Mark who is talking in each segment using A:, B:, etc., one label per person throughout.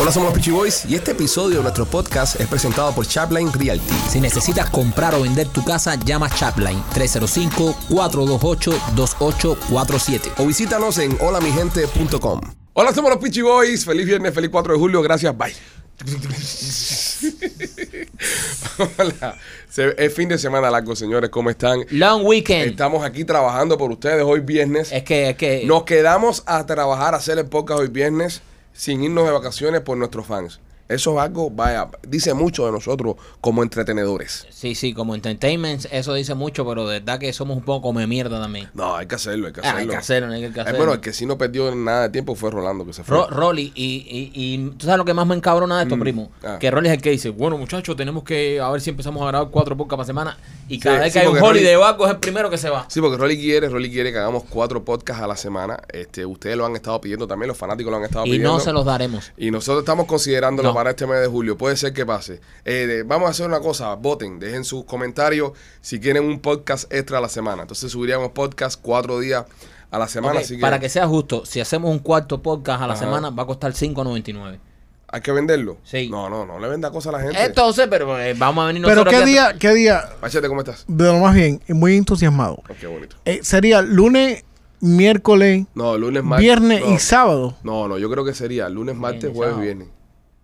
A: Hola, somos los Peachy Boys y este episodio de nuestro podcast es presentado por Chapline Realty.
B: Si necesitas comprar o vender tu casa, llama Chapline 305-428-2847.
A: O visítanos en holamigente.com. Hola, somos los Peachy Boys. Feliz viernes, feliz 4 de julio. Gracias, bye. Hola. Se- Es fin de semana largo, señores. ¿Cómo están?
B: Long weekend.
A: Estamos aquí trabajando por ustedes hoy viernes.
B: Es que, es que.
A: Nos quedamos a trabajar, a hacer el podcast hoy viernes sin irnos de vacaciones por nuestros fans. Eso es algo, vaya, dice mucho de nosotros como entretenedores.
B: Sí, sí, como entertainment, eso dice mucho, pero de verdad que somos un poco come mierda también.
A: No, hay que hacerlo, hay que hacerlo.
B: Ah, hay que hacerlo, hay que
A: Eh,
B: hacerlo.
A: bueno, el que sí no perdió nada de tiempo fue Rolando, que se fue.
B: Ro- Rolly, y, y, y tú sabes lo que más me encabrona de esto, primo.
A: ah.
B: Que Rolly es el que dice, bueno, muchachos, tenemos que a ver si empezamos a grabar cuatro podcasts para semana. Y cada
A: Sí,
B: vez
A: sí,
B: que hay un
A: porque
B: holiday
A: Rolly-
B: o algo, es el primero que se va.
A: Sí, porque Rolly quiere, Rolly quiere que hagamos cuatro podcasts a la semana. Este, ustedes lo han estado pidiendo también, los fanáticos lo han estado
B: Y
A: pidiendo.
B: no se los daremos.
A: Y nosotros estamos considerándolo
B: No.
A: para este mes de julio. Puede ser que pase. Eh, de- vamos a hacer una cosa. Voten. Dejen sus comentarios si quieren un podcast extra a la semana. Entonces subiríamos podcast cuatro días a la semana.
B: Ok,
A: así que
B: Para que sea justo, si hacemos un cuarto podcast a la semana, va a costar 5.99.
A: hay que venderlo.
B: Sí.
A: No, no, no le venda cosas a la gente.
B: Entonces, pero eh, vamos a venir
C: Pero
B: nosotros.
C: qué
B: aquí a-
C: día, qué día,
A: Machete, ¿cómo estás?
C: de lo más bien, muy entusiasmado.
A: Oh, qué bonito.
C: Eh, sería lunes, miércoles,
A: No, lunes, martes.
C: viernes
A: no.
C: y sábado.
A: No, no, yo creo que sería lunes, martes,
B: Viernes,
A: jueves y
B: sábado.
A: viernes.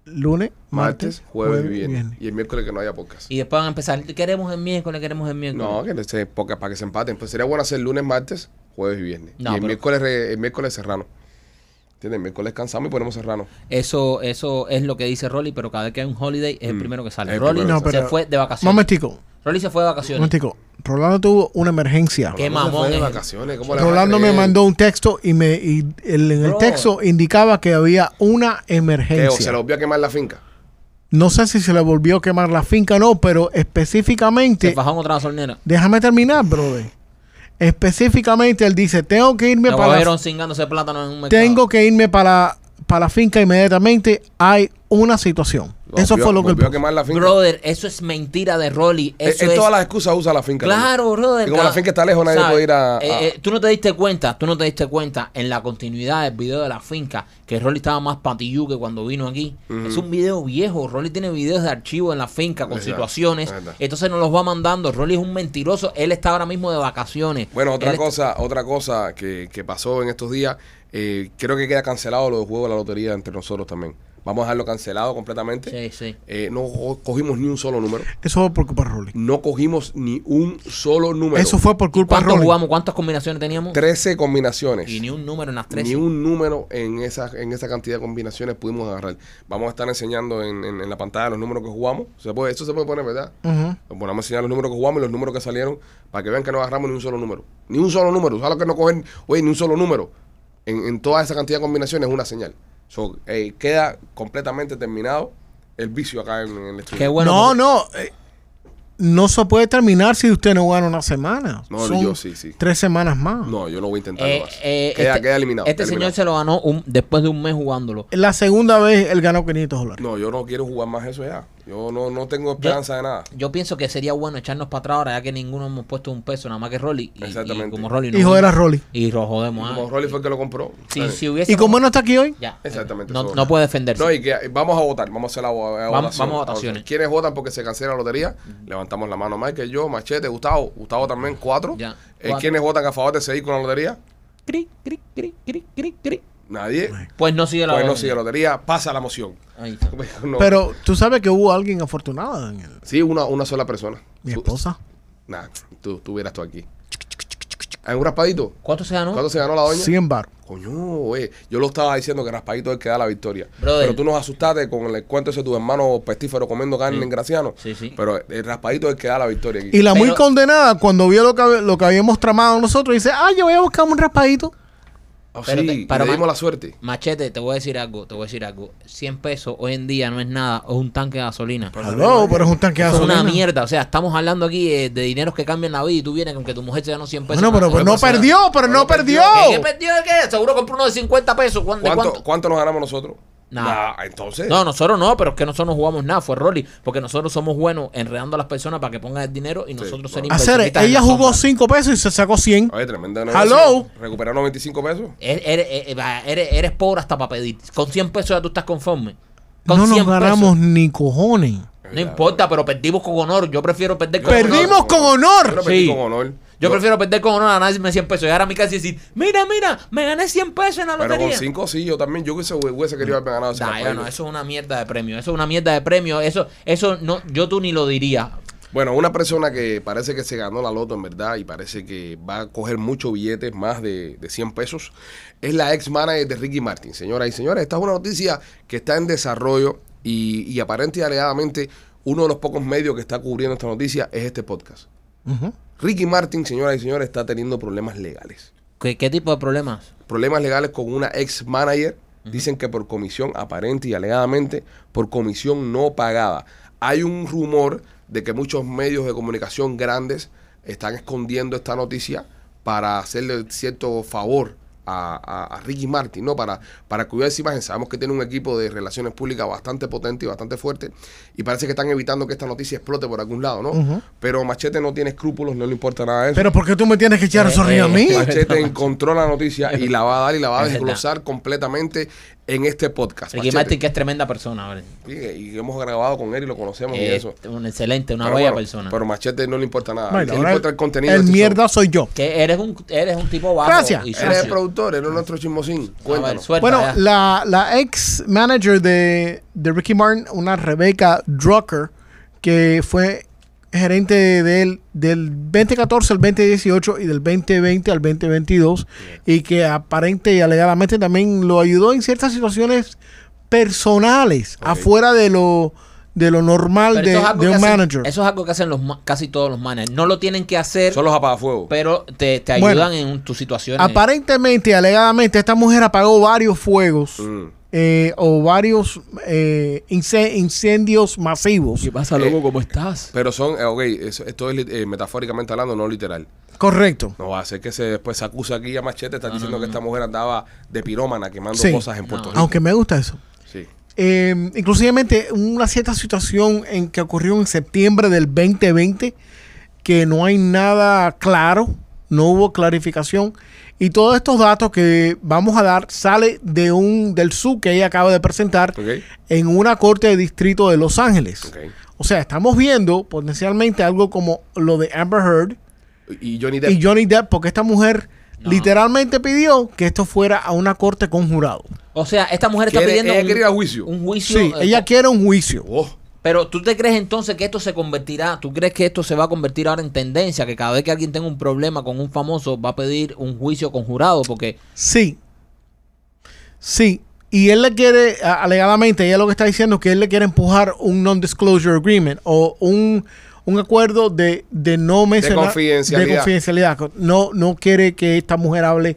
C: Lunes,
A: Martes, jueves, y
C: y
A: viernes. Y el miércoles que no haya podcast.
B: Y después van a empezar, queremos el miércoles, queremos el miércoles.
A: No, que no se- porque para que se empaten. Pues sería bueno hacer lunes, martes, jueves y viernes.
B: No,
A: y el
B: pero-
A: miércoles re- el miércoles serrano. ¿Entiendes? El miércoles cansamos y ponemos serrano.
B: Eso eso es lo que dice Rolly, pero cada vez que hay un holiday es el primero que sale.
A: Mm. El
B: Rolly
A: primero
C: No,
A: que
C: pero,
B: se fue de vacaciones.
C: Momentico,
B: Rolly se fue de vacaciones.
C: momentico. Rolando tuvo una emergencia.
B: ¿Qué?
A: Rolando se fue
B: mamón eh.
A: de
B: es.
A: vacaciones. ¿cómo le vas a
C: Rolando me
A: creer?
C: mandó un texto y me y el- en el
B: Bro.
C: texto indicaba que había una
A: ¿Qué, o se
C: emergencia.
A: los voy a quemar la finca.
C: No sé si se le volvió a quemar la finca o no, pero
B: Se
C: específicamente
B: bajó en otra gasolinera.
C: Déjame terminar, brother. Específicamente él dice, tengo que irme
B: Lo
C: para la
B: cogieron cingándose plátano en un mercado.
C: tengo que irme para, para la finca inmediatamente. Hay una situación. Eso
A: Volvió-
C: fue lo que él
A: volvió a
C: puso.
A: quemar la finca.
B: Brother, eso es mentira de Rolly.
A: Eh,
B: Eso
A: eh,
B: es...
A: todas las excusas usa la finca.
B: Claro,
A: Rolly.
B: brother.
A: Y como la
B: cada-
A: finca está lejos, nadie
B: ¿sabes?
A: puede ir a. a-
B: Eh, eh, tú no te diste cuenta, tú no te diste cuenta en la continuidad del video de la finca que Rolly estaba más patillú que cuando vino aquí. Es un video viejo. Rolly tiene videos de archivo en la finca con
A: Verdad,
B: situaciones.
A: verdad.
B: Entonces nos los va mandando. Rolly es un mentiroso. Él está ahora mismo de vacaciones.
A: Bueno, otra
B: Él está-
A: cosa, otra cosa que, que pasó en estos días, eh, creo que queda cancelado lo del juego de la lotería entre nosotros también. Vamos a dejarlo cancelado completamente.
B: Sí, sí.
A: Eh, no co- cogimos ni un solo número.
C: Eso fue por culpa de Rolly.
A: No cogimos ni un solo número.
C: Eso fue por culpa de
B: ¿Cuántos
C: Rolly.
B: jugamos? ¿Cuántas combinaciones teníamos?
A: 13 combinaciones.
B: Y ni un número en las tres.
A: Ni un número en esa, en esa cantidad de combinaciones pudimos agarrar. Vamos a estar enseñando en, en- en la pantalla los números que jugamos. Se puede, esto se puede poner, ¿verdad?
C: Ujú.
A: Bueno, vamos a enseñar los números que jugamos y los números que salieron para que vean que no agarramos ni un solo número. Ni un solo número. ¿Sabes lo que no cogen? Oye, ni un solo número. En, en toda esa cantidad de combinaciones es una señal. So, eh, queda completamente terminado el vicio acá en, en el estudio.
B: Qué bueno.
C: no,
B: porque-
C: no.
A: pues-
C: eh, no se puede terminar si usted no gana una semana.
A: No,
C: Son
A: yo sí, sí.
C: Tres semanas más.
A: No, yo no voy a intentar
B: Eh,
A: más.
B: eh,
A: queda,
B: este
A: queda eliminado.
B: este
A: queda
B: señor
A: eliminado.
B: se lo ganó un- después de un mes jugándolo.
C: La segunda vez él ganó 500 dólares.
A: No, yo no quiero jugar más eso ya. Yo no, no tengo esperanza de nada.
B: Yo pienso que sería bueno echarnos para atrás ahora, ya que ninguno hemos puesto un peso, nada más que Rolly. Y,
A: Exactamente.
B: y como Rolly
C: Hijo era Rolly.
B: Y lo jodemos.
A: Como
B: ah.
A: Rolly fue el que lo compró.
B: Si,
A: ¿sabes?
B: si hubiese.
C: ¿Y como no está aquí hoy?
B: Ya.
A: Exactamente,
B: No,
A: eso.
B: no puede defenderse.
A: No, y que vamos a votar, vamos a hacer la vo- eh, votación.
B: Vamos- vamos a votaciones.
A: ¿Quiénes votan porque se cancela la lotería? Levantamos la mano. Michael, yo, Machete, Gustavo, Gustavo también, cuatro.
B: Ya,
A: Eh,
B: cuatro.
A: ¿Quiénes votan a favor de seguir con la lotería?
B: Cri, cri, cri, cri, cri, cri.
A: Nadie.
B: Pues no sigue la
A: Pues no
B: orden.
A: sigue la lotería, pasa la moción.
B: Ahí está.
A: No.
C: Pero tú sabes que hubo alguien afortunado en el-
A: Sí, una, una sola persona.
C: mi
A: Tú-
C: esposa.
A: Nah, tú, tú vieras tú aquí. ¿Hay un raspadito?
B: ¿Cuánto se ganó?
A: ¿Cuánto se ganó la doña?
C: 100 bar.
A: Coño, oye, yo lo estaba diciendo que Raspadito es el que da la victoria.
B: Brother.
A: Pero tú nos asustaste con el cuento ese de tu hermano pestífero comiendo carne en Graciano.
B: Sí, sí.
A: Pero el Raspadito es el que da la victoria aquí.
C: Y la muy
B: Pero-
C: condenada, cuando vio lo que, hab- lo que habíamos tramado nosotros, dice, ah, yo voy a buscar un raspadito.
A: Oh,
B: Pero
A: sí,
B: te-
A: y
B: para
A: le
B: ma-
A: dimos la suerte.
B: Machete, te voy a decir algo, te voy a decir algo. 100 pesos hoy en día no es nada, es un tanque de gasolina.
C: Aló, pero es un tanque de
B: Eso es
C: gasolina.
B: una mierda, o sea, estamos hablando aquí eh, de dineros que cambian la vida y tú vienes con que tu mujer se ganó 100 pesos.
C: Bueno, pero, pero no
A: pasa nada.
C: perdió, pero no
A: No perdió.
C: perdió.
B: ¿Qué, qué perdió de qué? Seguro compró uno de 50 pesos. ¿Cuán- de
A: ¿Cuánto,
B: cuánto?
A: cuánto nos ganamos nosotros?
B: Nada.
A: Nah, entonces.
B: No, nosotros no, pero es que nosotros no jugamos nada, fue Rolly, porque nosotros somos buenos enredando a las personas para que pongan el dinero y nosotros
A: bueno.
B: seríamos
C: Hacer, Ah, ella jugó 5 pesos y se sacó 100.
A: Oye, tremenda
C: Hello.
A: Recuperar 95 pesos.
B: Er, Eres, eres- eres- eres pobre hasta para pedir. Con 100 pesos ya tú estás conforme. con
C: no nos
B: 100 pesos.
C: ganamos ni cojones.
B: No importa, pero perdimos con honor. Yo prefiero perder con
C: Perdimos
B: honor.
C: con
A: Yo
C: honor.
A: no perdí
B: Sí.
A: con honor.
B: Yo prefiero perder con honor a ganarme 100 pesos. Llegar a mi casa y decir, mira, mira, me gané 100 pesos en la
A: Pero con
B: lotería.
A: 5 sí, yo también. Yo hubiese, hubiese querido haberme ganado ese
B: Nah, yo
A: campeonato.
B: no, eso es una mierda de premio. Eso es una mierda de premio. Eso, eso no, yo tú ni lo diría.
A: Bueno, una persona que parece que se ganó la loto en verdad y parece que va a coger muchos billetes, más de, de 100 pesos, es la ex manager de Ricky Martin. Señoras y señores, esta es una noticia que está en desarrollo y, y aparente y alegadamente uno de los pocos medios que está cubriendo esta noticia es este podcast.
C: Ujú.
A: Ricky Martin, señoras y señores, está teniendo problemas legales.
B: ¿Qué, qué tipo de problemas?
A: Problemas legales con una ex manager. Dicen que por comisión aparente y alegadamente, por comisión no pagada. Hay un rumor de que muchos medios de comunicación grandes están escondiendo esta noticia para hacerle cierto favor a, a- a Ricky Martin, ¿no? Para, para cuidar su imagen. Sabemos que tiene un equipo de relaciones públicas bastante potente y bastante fuerte. Y parece que están evitando que esta noticia explote por algún lado, ¿no?
C: Ujú.
A: Pero Machete no tiene escrúpulos, no le importa nada de eso.
C: Pero ¿por qué tú me tienes que echar
B: Eh,
C: eso arriba a
B: eh,
C: mí?
A: Machete encontró la noticia y la va a dar y la va a
B: Es verdad.
A: desglosar completamente en este podcast.
B: Ricky
A: Machete.
B: Martin, que es tremenda persona. ¿vale?
A: Y, y hemos grabado con él y lo conocemos y
B: Eh,
A: eso.
B: un excelente, una
A: Pero
B: bella
A: bueno,
B: persona.
A: Pero Machete no le importa nada.
C: Bueno,
A: le
C: ahora
A: importa el contenido. de
C: el
A: este
C: mierda soy yo.
B: que eres un, eres un tipo bajo.
C: Gracias.
B: y
A: show. Él es el
B: sucio.
A: productor, él es nuestro chismosín.
B: A ver,
A: Cuéntanos.
B: suelta
C: Bueno,
B: ya.
C: la, la ex manager de, de Ricky Martin, una Rebecca Drucker, que fue gerente de él del 2014 al 2018 y del 2020 al 2022, y que aparente y alegadamente también lo ayudó en ciertas situaciones personales,
A: Ok.
C: afuera de lo, de lo normal
B: Pero
C: de,
B: eso es algo
C: de
B: que
C: un
B: hacen-
C: manager.
B: Eso es algo que hacen los, ma- casi todos los managers. No lo tienen que hacer,
A: Son los apagafuegos.
B: pero te, te ayudan
C: Bueno,
B: en un- tu situación.
C: Aparentemente y alegadamente, esta mujer apagó varios fuegos.
A: Mm.
C: eh, o varios eh, ince- incendios masivos.
B: pasa,
A: loco?
B: ¿Cómo estás?
A: Pero son, eh, ok, eso- esto es lit- eh, metafóricamente hablando, no literal.
C: Correcto.
A: No va a ser que se después se acusa aquí a Machete, está diciendo que esta mujer andaba de pirómana quemando
C: Sí.
A: cosas en Puerto Rico.
C: Aunque me gusta eso.
A: Sí.
C: Eh, inclusivamente una cierta situación en que ocurrió en septiembre del 2020 que no hay nada claro, no hubo clarificación y todos estos datos que vamos a dar sale de un del SU que ella acaba de presentar
A: Ok.
C: en una corte de distrito de Los Ángeles.
A: Ok.
C: O sea, estamos viendo potencialmente algo como lo de Amber Heard,
A: Y Johnny Depp.
C: y Johnny Depp, porque esta mujer
B: No.
C: literalmente pidió que esto fuera a una corte con jurado.
B: O sea, esta mujer está
A: Quiere-
B: pidiendo
A: ella
B: un,
A: quiere ir a juicio.
B: un juicio.
C: Sí,
B: eh,
C: ella quiere un juicio.
A: Oh.
B: Pero tú te crees entonces que esto se convertirá, tú crees que esto se va a convertir ahora en tendencia, que cada vez que alguien tenga un problema con un famoso va a pedir un juicio conjurado, porque
C: Sí. Sí. Y él le quiere, a- alegadamente, ella lo que está diciendo es que él le quiere empujar un non-disclosure agreement o un, un acuerdo de, de no mencionar.
A: confidencialidad.
C: de confidencialidad. No, no quiere que esta mujer hable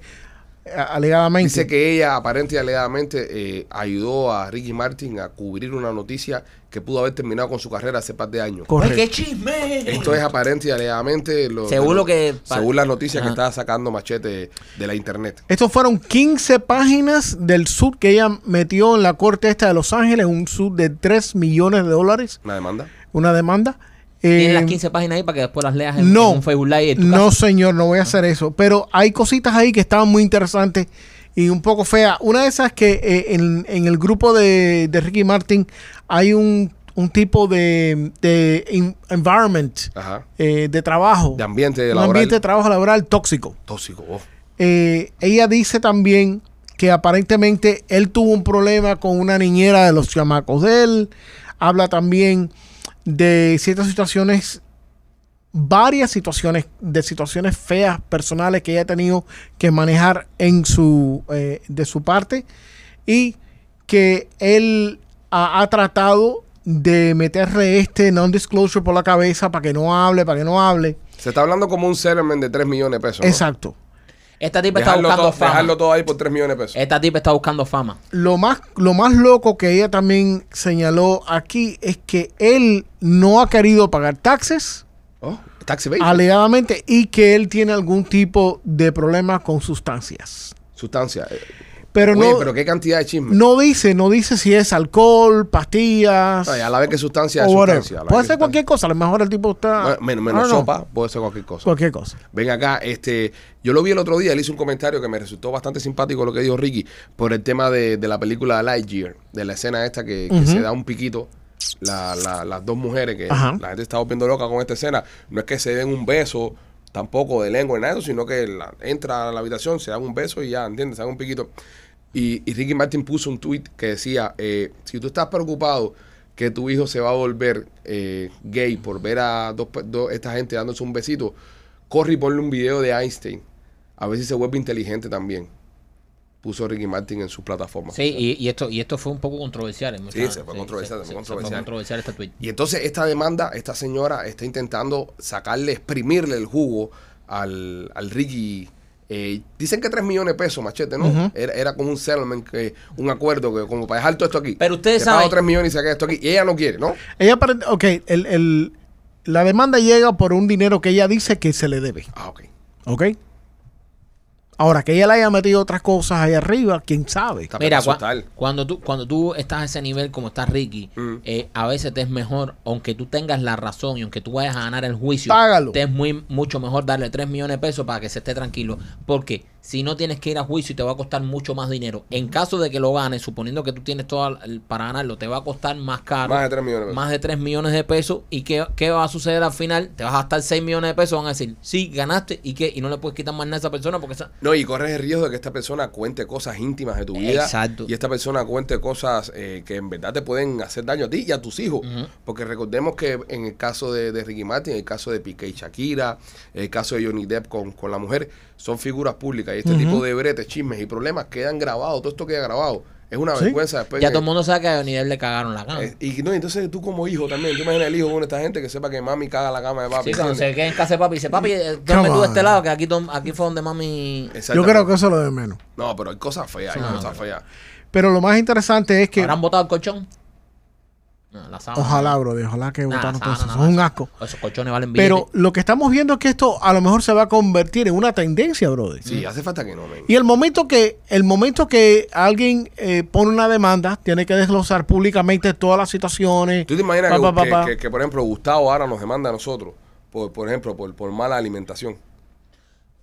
C: a- alegadamente.
A: Dice que ella aparente y alegadamente eh, ayudó a Ricky Martin a cubrir una noticia que pudo haber terminado con su carrera hace par de años.
C: Correcto. Eh,
B: ¡Ay, qué chisme!
A: Esto es aparente y alegadamente lo,
B: Según lo que-
A: según las noticias que
B: Ajá.
A: está sacando Machete de la internet.
C: Estos fueron 15 páginas del sud que ella metió en la corte esta de Los Ángeles, un sud de 3 millones de dólares,
A: Una demanda.
C: una demanda.
B: Tienes
C: Eh,
B: las 15 páginas ahí para que después las leas en,
C: no,
B: en un Facebook Live. en tu
C: No,
B: casa.
C: señor, no voy a hacer eso. Pero hay cositas ahí que estaban muy interesantes y un poco feas. Una de esas es que eh, en, en el grupo de, de Ricky Martin hay un, un tipo de, de en- environment,
B: Ah.
A: Ajá.
C: eh, de trabajo,
A: De ambiente
C: un
A: laboral
C: ambiente de trabajo laboral tóxico.
A: tóxico. oh.
C: Eh, ella dice también que aparentemente él tuvo un problema con una niñera de los chamacos de él. Habla también de ciertas situaciones, varias situaciones, de situaciones feas personales que ella ha tenido que manejar en su, eh, de su parte. Y que él ha, ha tratado de meterle este non-disclosure por la cabeza para que no hable, para que no hable.
A: Se está hablando como un settlement de 3 millones de pesos. ¿no?
C: Exacto.
B: Esta tipa
A: Dejarlo,
B: está buscando
A: todo,
B: fama.
A: dejarlo todo ahí por 3 millones de pesos.
C: Eh,
B: Esta tipa está buscando fama.
C: lo más, lo más loco que ella también señaló aquí es que él no ha querido pagar taxes,
A: Oh, taxi bait.
C: alegadamente, y que él tiene algún tipo de problema con sustancias.
A: Sustancia. eh,
C: Pero
A: Oye,
C: no,
A: pero qué cantidad de chismes.
C: no dice, no dice si es alcohol, pastillas.
A: No, ya la vez que sustancia
C: o
A: es
C: whatever.
A: sustancia. a la
C: Puede
A: vez
C: ser
A: que
C: cualquier
A: sustancia.
C: cosa. A lo mejor el tipo está.
A: Bueno, menos
C: I
A: menos
C: don't know.
A: sopa, puede ser cualquier cosa.
C: Cualquier cosa.
A: Ven acá, este, yo lo vi el otro día, él hizo un comentario que me resultó bastante simpático lo que dijo Ricky por el tema de, de la película Lightyear, de la escena esta que, que
C: Ujú.
A: se da un piquito. la- la- las dos mujeres que
C: Ajá.
A: la gente está volviendo loca con esta escena, no es que se den un beso tampoco de lengua ni nada, de eso, sino que la- entra a la habitación, se dan un beso y ya, ¿entiendes? Se dan un piquito. Y, y Ricky Martin puso un tweet que decía, eh, si tú estás preocupado que tu hijo se va a volver eh, gay por ver a dos, pe- dos- esta gente dándose un besito, corre y ponle un video de Einstein. A ver si se vuelve inteligente también. Puso Ricky Martin en su plataforma.
B: Sí, y, y esto, y esto fue un poco controversial. en muchas-
A: se fue controversial, se fue controversial.
B: controversial este tweet.
A: Y entonces esta demanda, esta señora está intentando sacarle, exprimirle el jugo al, al Ricky. Eh, dicen que 3 millones de pesos, machete, ¿no?
C: Ujú.
A: era, era como un settlement, que, un acuerdo, que como para dejar todo esto aquí.
B: Pero ustedes
A: Te pago
B: saben-
A: 3 millones y saqué esto aquí. Y ella no quiere, ¿no?
C: Ella aparent- ok, el- el- la demanda llega por un dinero que ella dice que se le debe.
A: Ah, ok.
C: ¿Ok? Ahora, que ella le haya metido otras cosas ahí arriba, quién sabe.
A: Está
B: Mira,
A: pedazo
B: cua-
A: tal.
B: cuando, tú, cuando tú estás a ese nivel como está Ricky,
A: Mm.
B: eh, a veces te es mejor, aunque tú tengas la razón y aunque tú vayas a ganar el juicio,
C: Págalo.
B: te es muy, mucho mejor darle 3 millones de pesos para que se esté tranquilo. Porque si no tienes que ir a juicio y te va a costar mucho más dinero. En caso de que lo ganes, suponiendo que tú tienes todo el- para ganarlo, te va a costar más caro.
A: Más de 3 millones de pesos.
B: más de 3 millones de pesos. ¿Y qué, qué va a suceder al final? Te vas a gastar 6 millones de pesos. Van a decir, sí, ganaste. ¿Y qué? Y no le puedes quitar más nada a esa persona porque esa,
A: No, y corres el riesgo de que esta persona cuente cosas íntimas de tu vida.
B: Exacto.
A: Y esta persona cuente cosas eh, que en verdad te pueden hacer daño a ti y a tus hijos.
B: Ujú.
A: Porque recordemos que en el caso de, de Ricky Martin, el caso de Piqué y Shakira, el caso de Johnny Depp con, con la mujer, son figuras públicas. Y este
C: Ujú.
A: tipo de bretes, chismes y problemas quedan grabados. Todo esto queda grabado. Es una
C: Sí.
A: vergüenza después.
B: Ya
A: Pues que-
B: todo el mundo sabe que a Daniel le cagaron la cama.
A: eh, y no, entonces tú como hijo también, tú imaginas el hijo de una de esta gente que sepa que mami caga la cama de papi.
B: Sí, cuando
A: ¿entiendes?
B: se queda en casa de papi, dice, papi, eh,
C: Come
B: duerme tú de
C: on.
B: este lado, que aquí, tom- aquí fue donde mami...
C: Yo
A: Exactamente.
C: creo que eso es lo de menos.
A: No, pero hay cosas feas, hay
B: No,
A: cosas feas.
C: Pero lo más interesante es que.
B: ¿Habrán botado el colchón? No, la sábana.
C: Ojalá, bro, ojalá que
B: Nah,
C: votaron
B: sábana,
C: cosas.
B: no,
C: Son un
B: eso-
C: asco.
B: Esos colchones valen bien.
C: Pero lo que estamos viendo es que esto a lo mejor se va a convertir en una tendencia, brother.
A: Sí, hace falta que no, men.
C: Y el momento que, el momento que alguien eh, pone una demanda, tiene que desglosar públicamente todas las situaciones.
A: ¿Tú te imaginas
C: Pa,
A: que,
C: pa, pa,
A: que-
C: pa.
A: que- que, por ejemplo, Gustavo ahora nos demanda a nosotros, por, por ejemplo, por, por mala alimentación?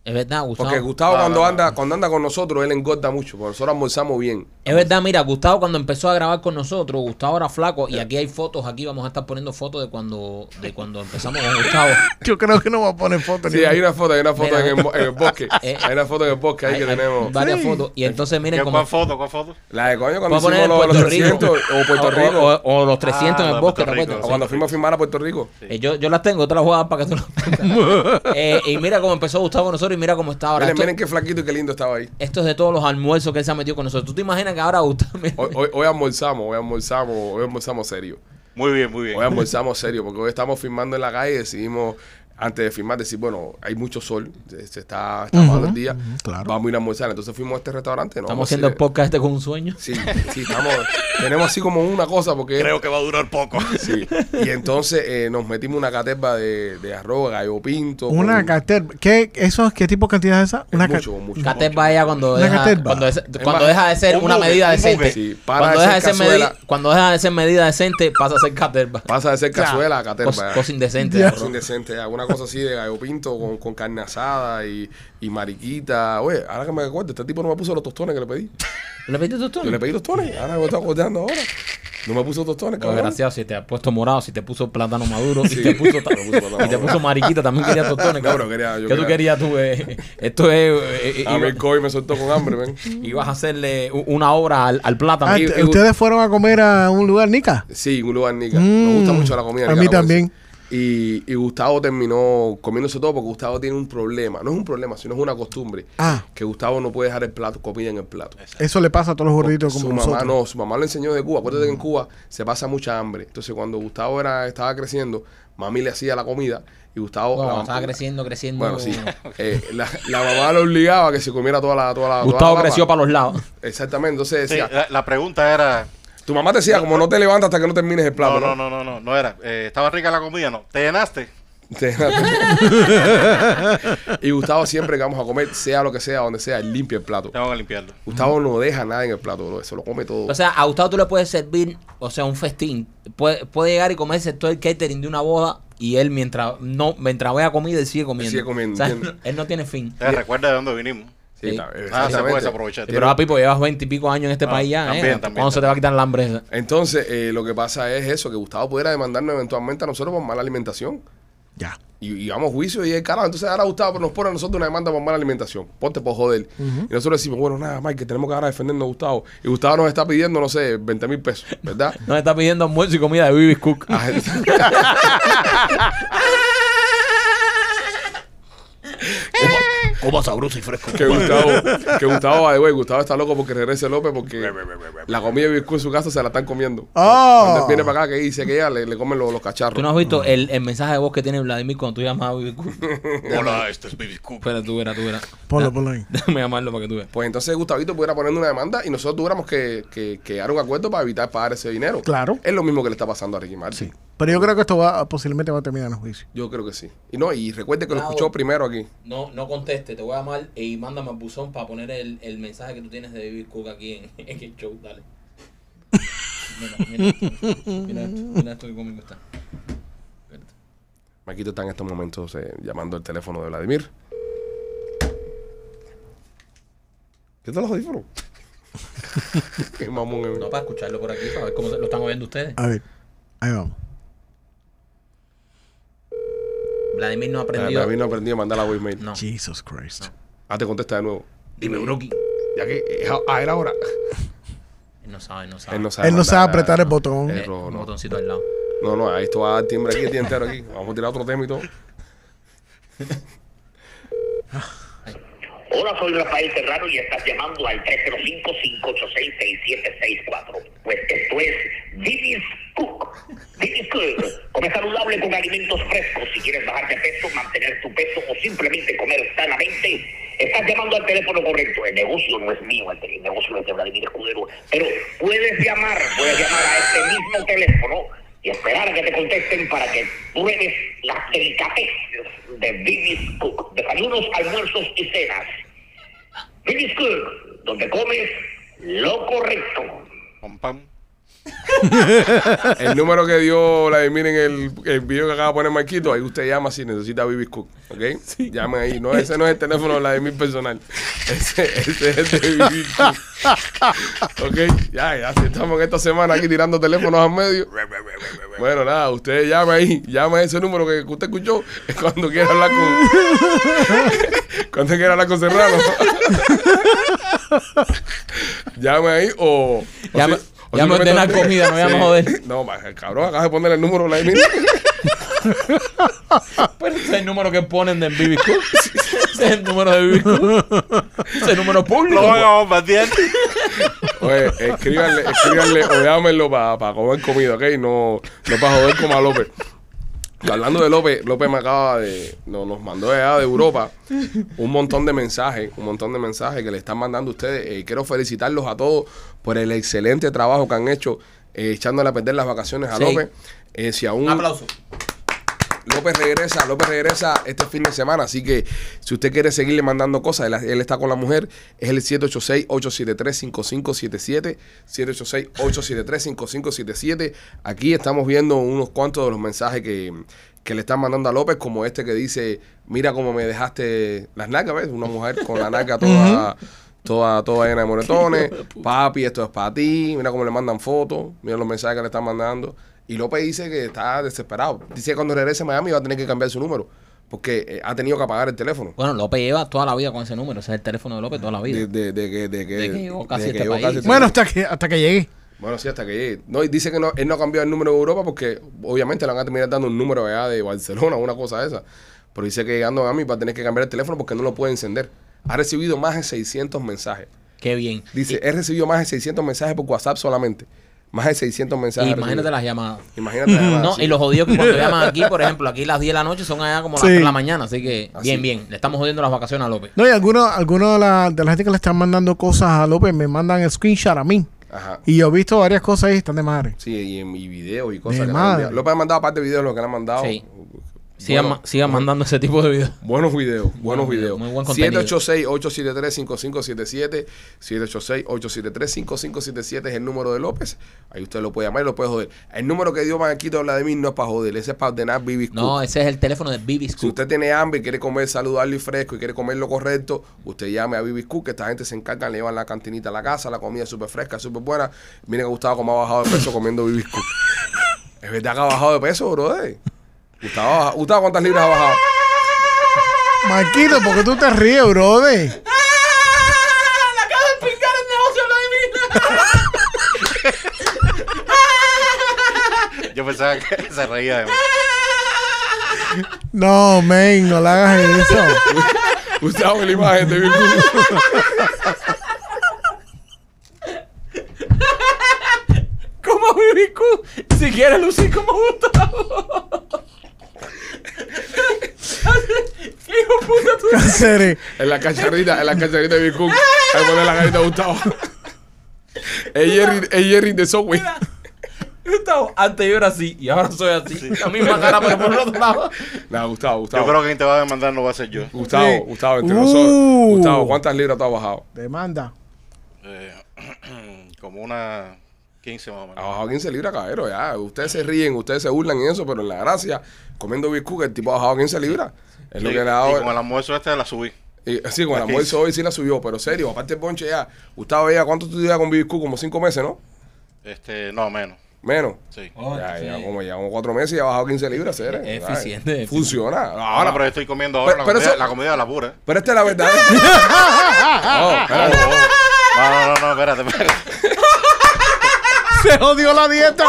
B: Es verdad, Gustavo.
A: Porque Gustavo
D: No, no,
A: cuando
D: no.
A: anda cuando anda con nosotros, él engorda mucho, porque nosotros almorzamos bien.
B: Es verdad, mira, Gustavo cuando empezó a grabar con nosotros, Gustavo era flaco
A: Eh.
B: y aquí hay fotos, aquí vamos a estar poniendo fotos de cuando de cuando empezamos con Gustavo.
C: Yo creo que no va a poner fotos.
A: Sí, hay una foto, hay una foto
B: Mira.
A: en el, bo- en el bosque.
B: Eh,
A: hay una foto en el bosque ahí
B: Hay-
A: que
B: hay
A: tenemos.
B: varias
C: Sí.
B: fotos y entonces miren
D: ¿Qué-
B: como
D: ¿Cuál foto? ¿Cuál foto?
A: La de coño
B: voy
A: cuando
B: a poner
A: hicimos
B: en
A: los,
B: Puerto
A: los
B: Rico Ah,
A: 300 o Puerto Rico.
B: o,
A: O,
B: o- o los 300 en
D: Ah, lo
B: el
D: de
B: bosque, ¿te
D: Puerto Rico,
B: acuerdas?
D: sí.
A: cuando fuimos a filmar a Puerto Rico.
B: Eh, yo, yo las tengo, te las voy a dar para que tú las pongas. Eh, y mira cómo empezó Gustavo con nosotros y mira cómo está ahora.
A: miren,
B: Esto-
A: miren qué flaquito y qué lindo estaba ahí.
B: Esto es de todos los almuerzos que él se ha metido con nosotros. ¿Tú te imaginas que ahora Gustavo...
A: Hoy, hoy, hoy almorzamos, hoy almorzamos, hoy almorzamos serio.
D: Muy bien, muy bien.
A: Hoy almorzamos serio, porque hoy estamos filmando en la calle y decidimos, antes de filmar, decir, bueno, hay mucho sol, se se está acabando el día,
C: claro.
A: vamos a ir a almorzar. Entonces fuimos a este restaurante. ¿no?
B: Estamos haciendo el
A: el pop.
B: podcast este con un sueño.
A: Sí, sí, estamos, tenemos así como una cosa, porque...
D: Creo que va a durar poco.
A: Sí. Y entonces eh, nos metimos una caterva de, de arroz, gallo pinto.
C: Una
A: con-
C: caterva. ¿Qué, eso, es- ¿Qué tipo de cantidad es esa?
A: es
C: Una ca-
A: mucho, mucho.
B: Caterva ella cuando
C: Una
B: deja,
C: caterva.
B: cuando, es- cuando
A: más,
B: deja de ser
D: un
B: una
D: buque,
B: medida
D: un
B: decente.
D: buque.
A: Sí, para
B: cuando,
A: de
B: deja de
A: ser
B: ser medi-
A: cazuela.
B: cuando deja de ser medida decente, pasa a ser caterva.
A: Pasa de ser cazuela a caterva.
B: Cosa,
A: ya.
B: cosa indecente.
C: Ya.
A: Cosa
B: bro.
A: indecente, ya. una cosa así de gallo pinto con, con carne asada y, y mariquita. Oye, ahora que me acuerdo, este tipo no me puso los tostones que le pedí.
B: ¿Le pediste tú?
A: Yo le pedí tostones, ahora me estoy acordando ahora. No me puso tostones, cabrón.
B: Desgraciado, si te ha puesto morado, si te puso plátano maduro,
A: Sí.
B: si te puso, ta-
A: Me puso plátano
B: y te
A: maduro.
B: puso mariquita, también quería
A: No,
B: tostones. cabrón.
A: pero quería- yo
B: ¿Qué tú
A: quería-
B: querías tú? eh? Esto es... eh,
A: A mí el
B: iba-
A: COVID Ah, me soltó con hambre, ven.
B: Ibas a hacerle u- una obra al, al plátano.
C: Ah,
A: Y-
C: t-
A: y-
C: ¿Ustedes fueron a comer a un lugar, Nica?
A: Sí, un lugar nica.
C: Mm.
A: Me gusta mucho la comida.
C: A
A: nica,
C: mí
A: la voy decir.
C: también.
A: Y, y Gustavo terminó comiéndose todo porque Gustavo tiene un problema. No es un problema, sino es una costumbre.
C: Ah,
A: Que Gustavo no puede dejar el plato, comida en el plato.
C: eso le pasa a todos los gorditos
A: su
C: como
A: mamá
C: nosotros.
A: no, su mamá lo enseñó de Cuba. Acuérdate que en Cuba se pasa mucha hambre. Entonces, cuando Gustavo era, estaba creciendo, mami le hacía la comida y Gustavo.
B: Bueno,
A: la
B: cuando
A: mamá-
B: estaba creciendo, creciendo.
A: Bueno, sí. Eh, la, la mamá lo obligaba a que se comiera toda la. Toda la toda la
B: Gustavo
A: papa.
B: creció para los lados.
A: Exactamente. Entonces
D: Sí,
A: decía,
D: la, la pregunta era.
A: tu mamá te decía, como no te levantas hasta que no termines el plato.
D: No, no, no, no, no, no era. eh, ¿Estaba rica la comida? No. ¿Te llenaste?
A: y Gustavo siempre que vamos a comer, sea lo que sea, donde sea, él limpia el plato.
D: Tengo que limpiarlo.
A: Gustavo no deja nada en el plato, bro. Se lo come todo.
B: O sea, a Gustavo tú le puedes servir, o sea, un festín. Puede, puede llegar y comerse todo el catering de una boda y él mientras no mientras vea comida él sigue comiendo.
A: Sigue comiendo, Eh,
B: O sea,
A: ¿entiendes?
B: él no tiene fin.
D: Te recuerda de dónde vinimos.
A: sí,
B: sí.
A: está-
B: Ah,
A: exactamente.
D: se puede desaprovechar.
B: Pero ah, Pipo, llevas veintipico años en este
D: Ah,
B: país ya,
D: también,
B: ¿eh?
D: también,
B: ¿Cuándo se te va a quitar la hambre esa?
A: Entonces, eh, lo que pasa es eso, que Gustavo pudiera demandarnos eventualmente a nosotros por mala alimentación.
C: Ya.
A: Y, y vamos a juicio y el carajo. Entonces ahora Gustavo nos pone a nosotros una demanda por mala alimentación. Ponte por joder. Y nosotros decimos, bueno, nada, Mike, que tenemos que ahora defendernos a Gustavo. Y Gustavo nos está pidiendo, no sé, 20 mil pesos, ¿verdad?
B: No está pidiendo almuerzo y comida de Bibis Cook.
A: Ah, es-
E: Como sabroso y fresco.
A: que Gustavo, que Gustavo, ay, güey, Gustavo está loco porque regrese López porque la comida de Biscuit en su casa se la están comiendo.
C: Ah.
A: Cuando él viene para acá que dice que ya le, le comen los, los
B: ¿Tú
A: cacharros.
B: no has visto el, el mensaje de voz que tiene Vladimir cuando tú llamas a Bibis Cook?
E: Hola, este es Baby Cook.
B: Espera, tú verás, tú verás.
C: Ponlo, ponlo ahí.
B: Déjame llamarlo para que tú veas.
A: Pues entonces Gustavito pudiera poner una demanda y nosotros tuviéramos que, que, que dar un acuerdo para evitar pagar ese dinero.
C: Claro.
A: Es lo mismo que le está pasando a Ricky Martin.
C: Sí. Pero yo creo que esto va posiblemente va a terminar en juicio.
A: Yo creo que sí. Y no, y recuerde que
B: Bravo.
A: lo escuchó primero aquí.
B: No, no conteste, te voy a llamar y mándame al buzón para poner el, el mensaje que tú tienes de Vivir Cook aquí en, en el show, dale. Mira, mira, esto, mira esto, mira esto que conmigo está. Espérate.
A: Maquito está en estos momentos eh, llamando el teléfono de Vladimir. ¿Qué tal los audífonos? Qué mamón, eh.
B: No, para escucharlo por aquí, para ver cómo se- lo están oyendo ustedes.
C: A ver, ahí vamos.
B: Vladimir no ha aprendido.
A: David no aprendió a mandar la voicemail.
B: No.
C: Jesus Christ.
A: Ah, te contesta de nuevo.
B: Dime, Broki.
A: Ya que es- ah, era ahora.
B: Él no sabe, no sabe.
A: Él no sabe,
C: Él no
A: mandar
C: sabe
A: nada.
C: apretar el botón.
A: Ah. Eh.
B: Eh,
A: rojo,
B: un
A: no.
B: botoncito al lado.
A: No, no, ahí esto va a dar timbre aquí el día entero aquí. Vamos a tirar otro tema y todo.
F: Hola, soy Rafael Serrano y estás llamando al 305-586-6764. Pues esto es Vivis Cook. Vivis Cook, come saludable con alimentos frescos. Si quieres bajar de peso, mantener tu peso o simplemente comer sanamente, estás llamando al teléfono correcto. El negocio no es mío, el, te- el negocio es de Vladimir Escudero. Pero puedes llamar, puedes llamar a este mismo teléfono y esperar a que te contesten para que pruebes las delicateces de Vivis Cook. Desayunos, almuerzos y cenas. Vivis Cook, donde comes lo correcto.
D: Pam, pam.
A: El número que dio Vladimir en el, el video que acaba de poner Marquito, ahí usted llama si necesita Baby Cook, ¿ok? Llame ahí. No, ese no es el teléfono de Vladimir personal. Ese, ese es el de Baby Cook. ¿Ok? Ya, ya si estamos en esta semana aquí tirando teléfonos al medio. Bueno, nada, usted llame ahí. Llame a ese número que que usted escuchó cuando quiera hablar con... cuando quiera hablar con Serrano. llame ahí o... o
B: Llame-
A: si- o
B: llame a
A: simplemente-
B: ordenar comida, no llame a joder.
A: no, ma, cabrón, acabas de poner el número Vladimir.
B: Pero Pues, ese es el número que ponen de Bibi Cook. Ese es el número de Bibi Cook. Ese es el número público.
D: Lo van a bombardear.
A: Oye, escríbanle, escríbanle o llámenlo para comer comida, ¿ok? No, no para joder como a López. Y Hablando de López, López me acaba de. no- nos mandó allá de Europa un montón de mensajes, un montón de mensajes que le están mandando ustedes. Eh, quiero felicitarlos a todos por el excelente trabajo que han hecho eh, echándole a perder las vacaciones a
B: Sí.
A: López. Eh, si aún
B: Un aplauso.
A: López regresa, López regresa este fin de semana, así que si usted quiere seguirle mandando cosas, él, él está con la mujer, es el 786-873-5577, 786-873-5577. Aquí estamos viendo unos cuantos de los mensajes que, que le están mandando a López, como este que dice, mira cómo me dejaste las nalgas, ¿ves? Una mujer con la naca toda... Toda, toda llena de moretones. Papi, esto es para ti. Mira cómo le mandan fotos. Mira los mensajes que le están mandando. Y López dice que está desesperado. Dice que cuando regrese a Miami va a tener que cambiar su número. Porque eh, ha tenido que apagar el teléfono.
B: Bueno, López lleva toda la vida con ese número. Ese es el teléfono de López toda la
A: De,
B: vida.
A: de- de que, de que,
B: De que llegó casi este
A: llegó
B: país.
A: este
C: Bueno,
A: país.
C: hasta que, hasta que llegue.
A: Bueno, sí, hasta que llegue. No, y dice que no, él no ha cambiado el número de Europa porque obviamente le van a terminar dando un número allá de Barcelona o una cosa de esa. Pero dice que llegando a Miami va a tener que cambiar el teléfono porque no lo puede encender. Ha recibido más de 600 mensajes.
B: Qué bien.
A: Dice, he recibido más de 600 mensajes por WhatsApp solamente. Más de 600 mensajes. ha
B: imagínate
A: recibido.
B: las llamadas.
A: Imagínate la llamada,
B: No,
A: sí.
B: y los jodidos que cuando llaman aquí, por ejemplo, aquí las 10 de la noche son allá como las
C: Sí.
B: 3 de la mañana. Así que,
A: Así.
B: bien, bien. Le estamos jodiendo las vacaciones a López.
C: No, y algunos algunos de la, de la gente que le están mandando cosas a López me mandan el screenshot a mí.
A: Ajá.
C: Y yo he visto varias cosas ahí, están de madre.
A: Sí, y, en- y videos y cosas.
C: De
A: que le han
C: madre.
A: enviado. López ha mandado aparte de videos lo que le han mandado.
B: Sí. Sigan,
A: Bueno,
B: ma- sigan mandando ese tipo de videos.
A: Buenos videos,
B: Buenos
A: buenos
B: videos,
A: videos.
B: muy buen contenido.
A: 786-873-5577, 786-873-5577 es el número de López. Ahí usted lo puede llamar y lo puede joder. El número que dio Manquito habla de mí no es para joder, ese es para ordenar Bibis
B: No, ese es el teléfono de Bibis
A: Si usted tiene hambre y quiere comer saludable y fresco y quiere comer lo correcto, usted llame a Bibis Cook, que esta gente se encarga, le llevan la cantinita a la casa, la comida es súper fresca, súper buena. Miren a Gustavo cómo ha bajado de peso comiendo Bibis Cook. Es verdad que ha bajado de peso, brother. Gustavo, ha bajado- Gustavo ¿cuántas libras ha bajado?
C: Marquito, ¿por qué tú te ríes, brother?
B: ¡La acabo de explicar el negocio lo divina!
D: Yo pensaba que se reía de mí.
C: No, men, no le hagas eso.
A: Gustavo, la imagen de Bibis Cook.
B: ¿Cómo Bibis Cook? Si quiere lucir como Gustavo. ¿Qué hijo de puta tú?
C: Cáceres.
A: En la cacharrita, en la cacharrita de Bibis Cook. Ahí poner la carita de Gustavo. Es Jerry, es Jerry de Subway.
B: Mira, Gustavo, antes yo era así y ahora soy así. La misma cara, pero por el otro lado.
A: No, Gustavo, Gustavo.
D: Yo creo que quien te va a demandar no va a ser yo.
A: Gustavo,
C: Sí.
A: Gustavo, entre
C: Uh.
A: nosotros. Gustavo, ¿cuántas libras tú has bajado?
C: Demanda.
D: Eh, como una 15 más o
A: Ha
D: menos.
A: bajado 15 libras, caballero, ya. Ustedes se ríen, ustedes se burlan y eso, pero en la gracia, comiendo Big Cook, el tipo ha bajado 15 libras. Es lo
D: Sí,
A: que le ha
D: y con el
A: dado.
D: almuerzo este la subí.
A: y- Sí, con el
D: la
A: almuerzo
D: 15.
A: hoy sí la subió, pero serio, aparte el ponche ya. Gustavo, ya, ¿cuánto tú llevas con Big Cook? Como 5 meses, ¿no?
D: Este, no, menos.
A: Menos.
D: Sí.
A: Ya, ya, como ya, como 4 meses y ha bajado 15 libras, serio.
B: Es
A: Ay,
B: eficiente,
A: Funciona.
D: Ahora, pero yo
A: Ahora,
D: estoy comiendo ahora
A: Pero-
D: la,
A: pero
D: comida,
A: eso-
D: la comida de la pura.
A: pero esta es la verdad. Oh,
D: No,
A: espérate.
D: no, no, no, espérate, espérate.
C: Se jodió la dieta.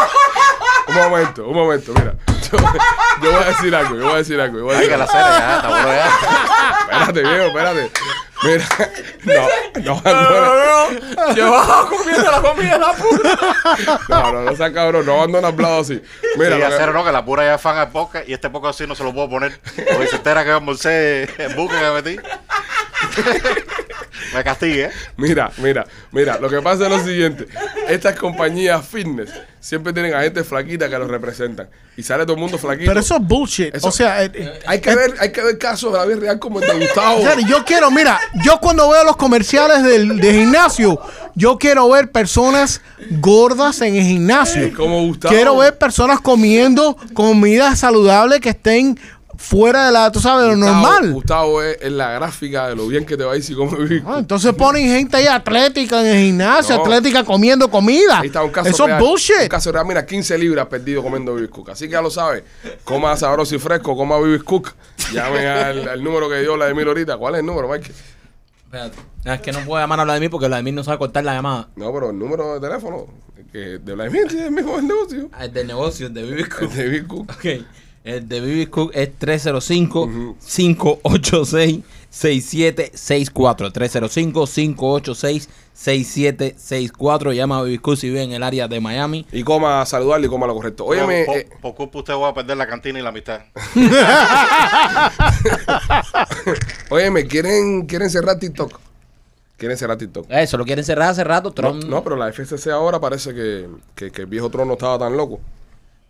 A: Un momento, un momento, mira. Yo, yo voy a decir algo, yo voy a decir algo. Yo voy a
D: Hay
A: decir
D: que
A: algo.
D: la cena ya, está bueno ya.
A: Espérate, viejo, espérate. Mira, no, no, no.
B: Yo he bajado comiendo la comida de la puta.
A: No, no, no seas cabrón, no abandonas Blado así. Mira,
D: Mira,
A: lo que-
D: cero, no, que la pura ya es fan al podcast y este podcast así no se lo puedo poner. Porque se entera que almorcé eh, en buque que metí. Me castigue, ¿eh?
A: mira, mira, mira, lo que pasa es lo siguiente. Estas compañías fitness siempre tienen a gente flaquita que los representan. Y sale todo el mundo flaquito.
C: Pero eso es bullshit.
A: Eso-
C: O sea, eh, eh,
A: hay que ver, hay que ver casos de la vida real como el de Gustavo.
C: Claro, yo quiero, mira, yo cuando veo los comerciales del, de gimnasio, yo quiero ver personas gordas en el gimnasio.
A: Como Gustavo.
C: Quiero ver personas comiendo comida saludable que estén fuera de la, tú sabes, de lo
A: Gustavo-
C: normal.
A: Gustavo es, es la gráfica de lo bien que te va a ir si comes Big
C: Ah,
A: Cook.
C: entonces ponen gente ahí atlética en el gimnasio,
A: No.
C: atlética comiendo comida.
A: Ahí está un caso
C: Eso es
A: real. Un
C: bullshit.
A: caso real, mira, 15 libras perdido comiendo Bibis Cook. Así que ya lo sabes. Coma sabroso y fresco, coma Bibis Cook. Llame al, al número que dio la de Mil ahorita. ¿Cuál es el número, Mike?
B: Espérate. No, es que no puedo llamar a Vladimir porque Vladimir no sabe cortar la llamada.
A: No, pero el número de teléfono que de Vladimir sí, es el mismo del negocio.
B: Ah, El de negocio, el de Bibis
A: El
B: Cook.
A: de Big Cook.
B: Ok. El de Bibis Cook es 305-586-6764. 305-586-6764. Llama a Bibis Cook si vive en el área de Miami.
A: Y coma saludable y coma lo correcto. Óyeme,
D: por,
A: eh,
D: por- por culpa usted va a perder la cantina y la amistad.
A: óyeme, ¿quieren, ¿quieren cerrar TikTok? ¿Quieren cerrar TikTok?
B: Eso, lo quieren cerrar hace rato.
A: No,
B: Eh, Trump.
A: no, pero la FCC ahora parece que, que, que el viejo trono estaba tan loco.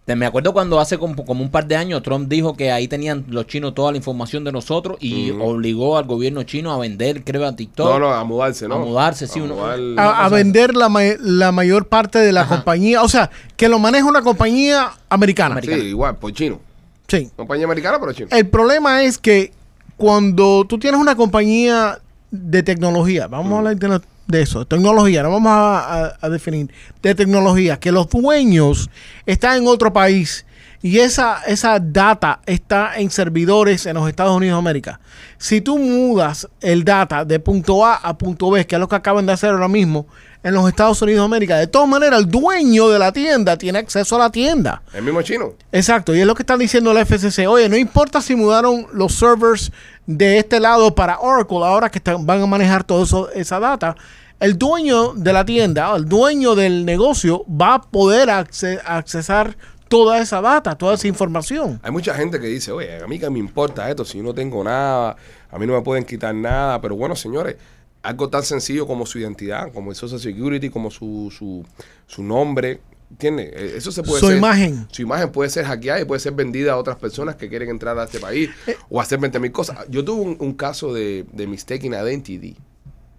B: Te- Me acuerdo cuando hace como, como un par de años Trump dijo que ahí tenían los chinos toda la información de nosotros y obligó al gobierno chino a vender, creo, a TikTok.
A: No, no, a mudarse, ¿no?
B: A mudarse, sí,
A: A
B: uno- Ah,
A: mudar-
C: A, a
B: pues,
C: vender la, ma- la mayor parte de la compañía. O sea, que lo maneja una compañía americana.
A: Sí, igual, por chino.
C: Sí.
A: Compañía americana, pero chino.
C: El problema es que cuando tú tienes una compañía de tecnología, vamos a hablar de, lo- de eso, tecnología, no vamos a, a- a definir, de tecnología, que los dueños están en otro país y esa, esa data está en servidores en los Estados Unidos de América. Si tú mudas el data de punto A a punto B, que es lo que acaban de hacer ahora mismo en los Estados Unidos de América, de todas maneras el dueño de la tienda tiene acceso a la tienda.
A: El mismo chino.
C: Exacto, y es lo que están diciendo la FCC. Oye, no importa si mudaron los servers de este lado para Oracle, ahora que están- van a manejar toda esa data, el dueño de la tienda, el dueño del negocio, va a poder acce- accesar toda esa data, toda esa información.
A: Hay mucha gente que dice, oye, a mí que me importa esto, si yo no tengo nada, a mí no me pueden quitar nada, pero bueno, señores, algo tan sencillo como su identidad, como el Social Security, como su, su, su nombre, ¿Entiendes? Eh, Eso se puede
C: Su
A: ser-
C: imagen.
A: Su imagen puede ser hackeada y puede ser vendida a otras personas que quieren entrar a este país
C: Eh.
A: o hacer 20 mil cosas. Yo tuve un, un caso de, de mistaken identity.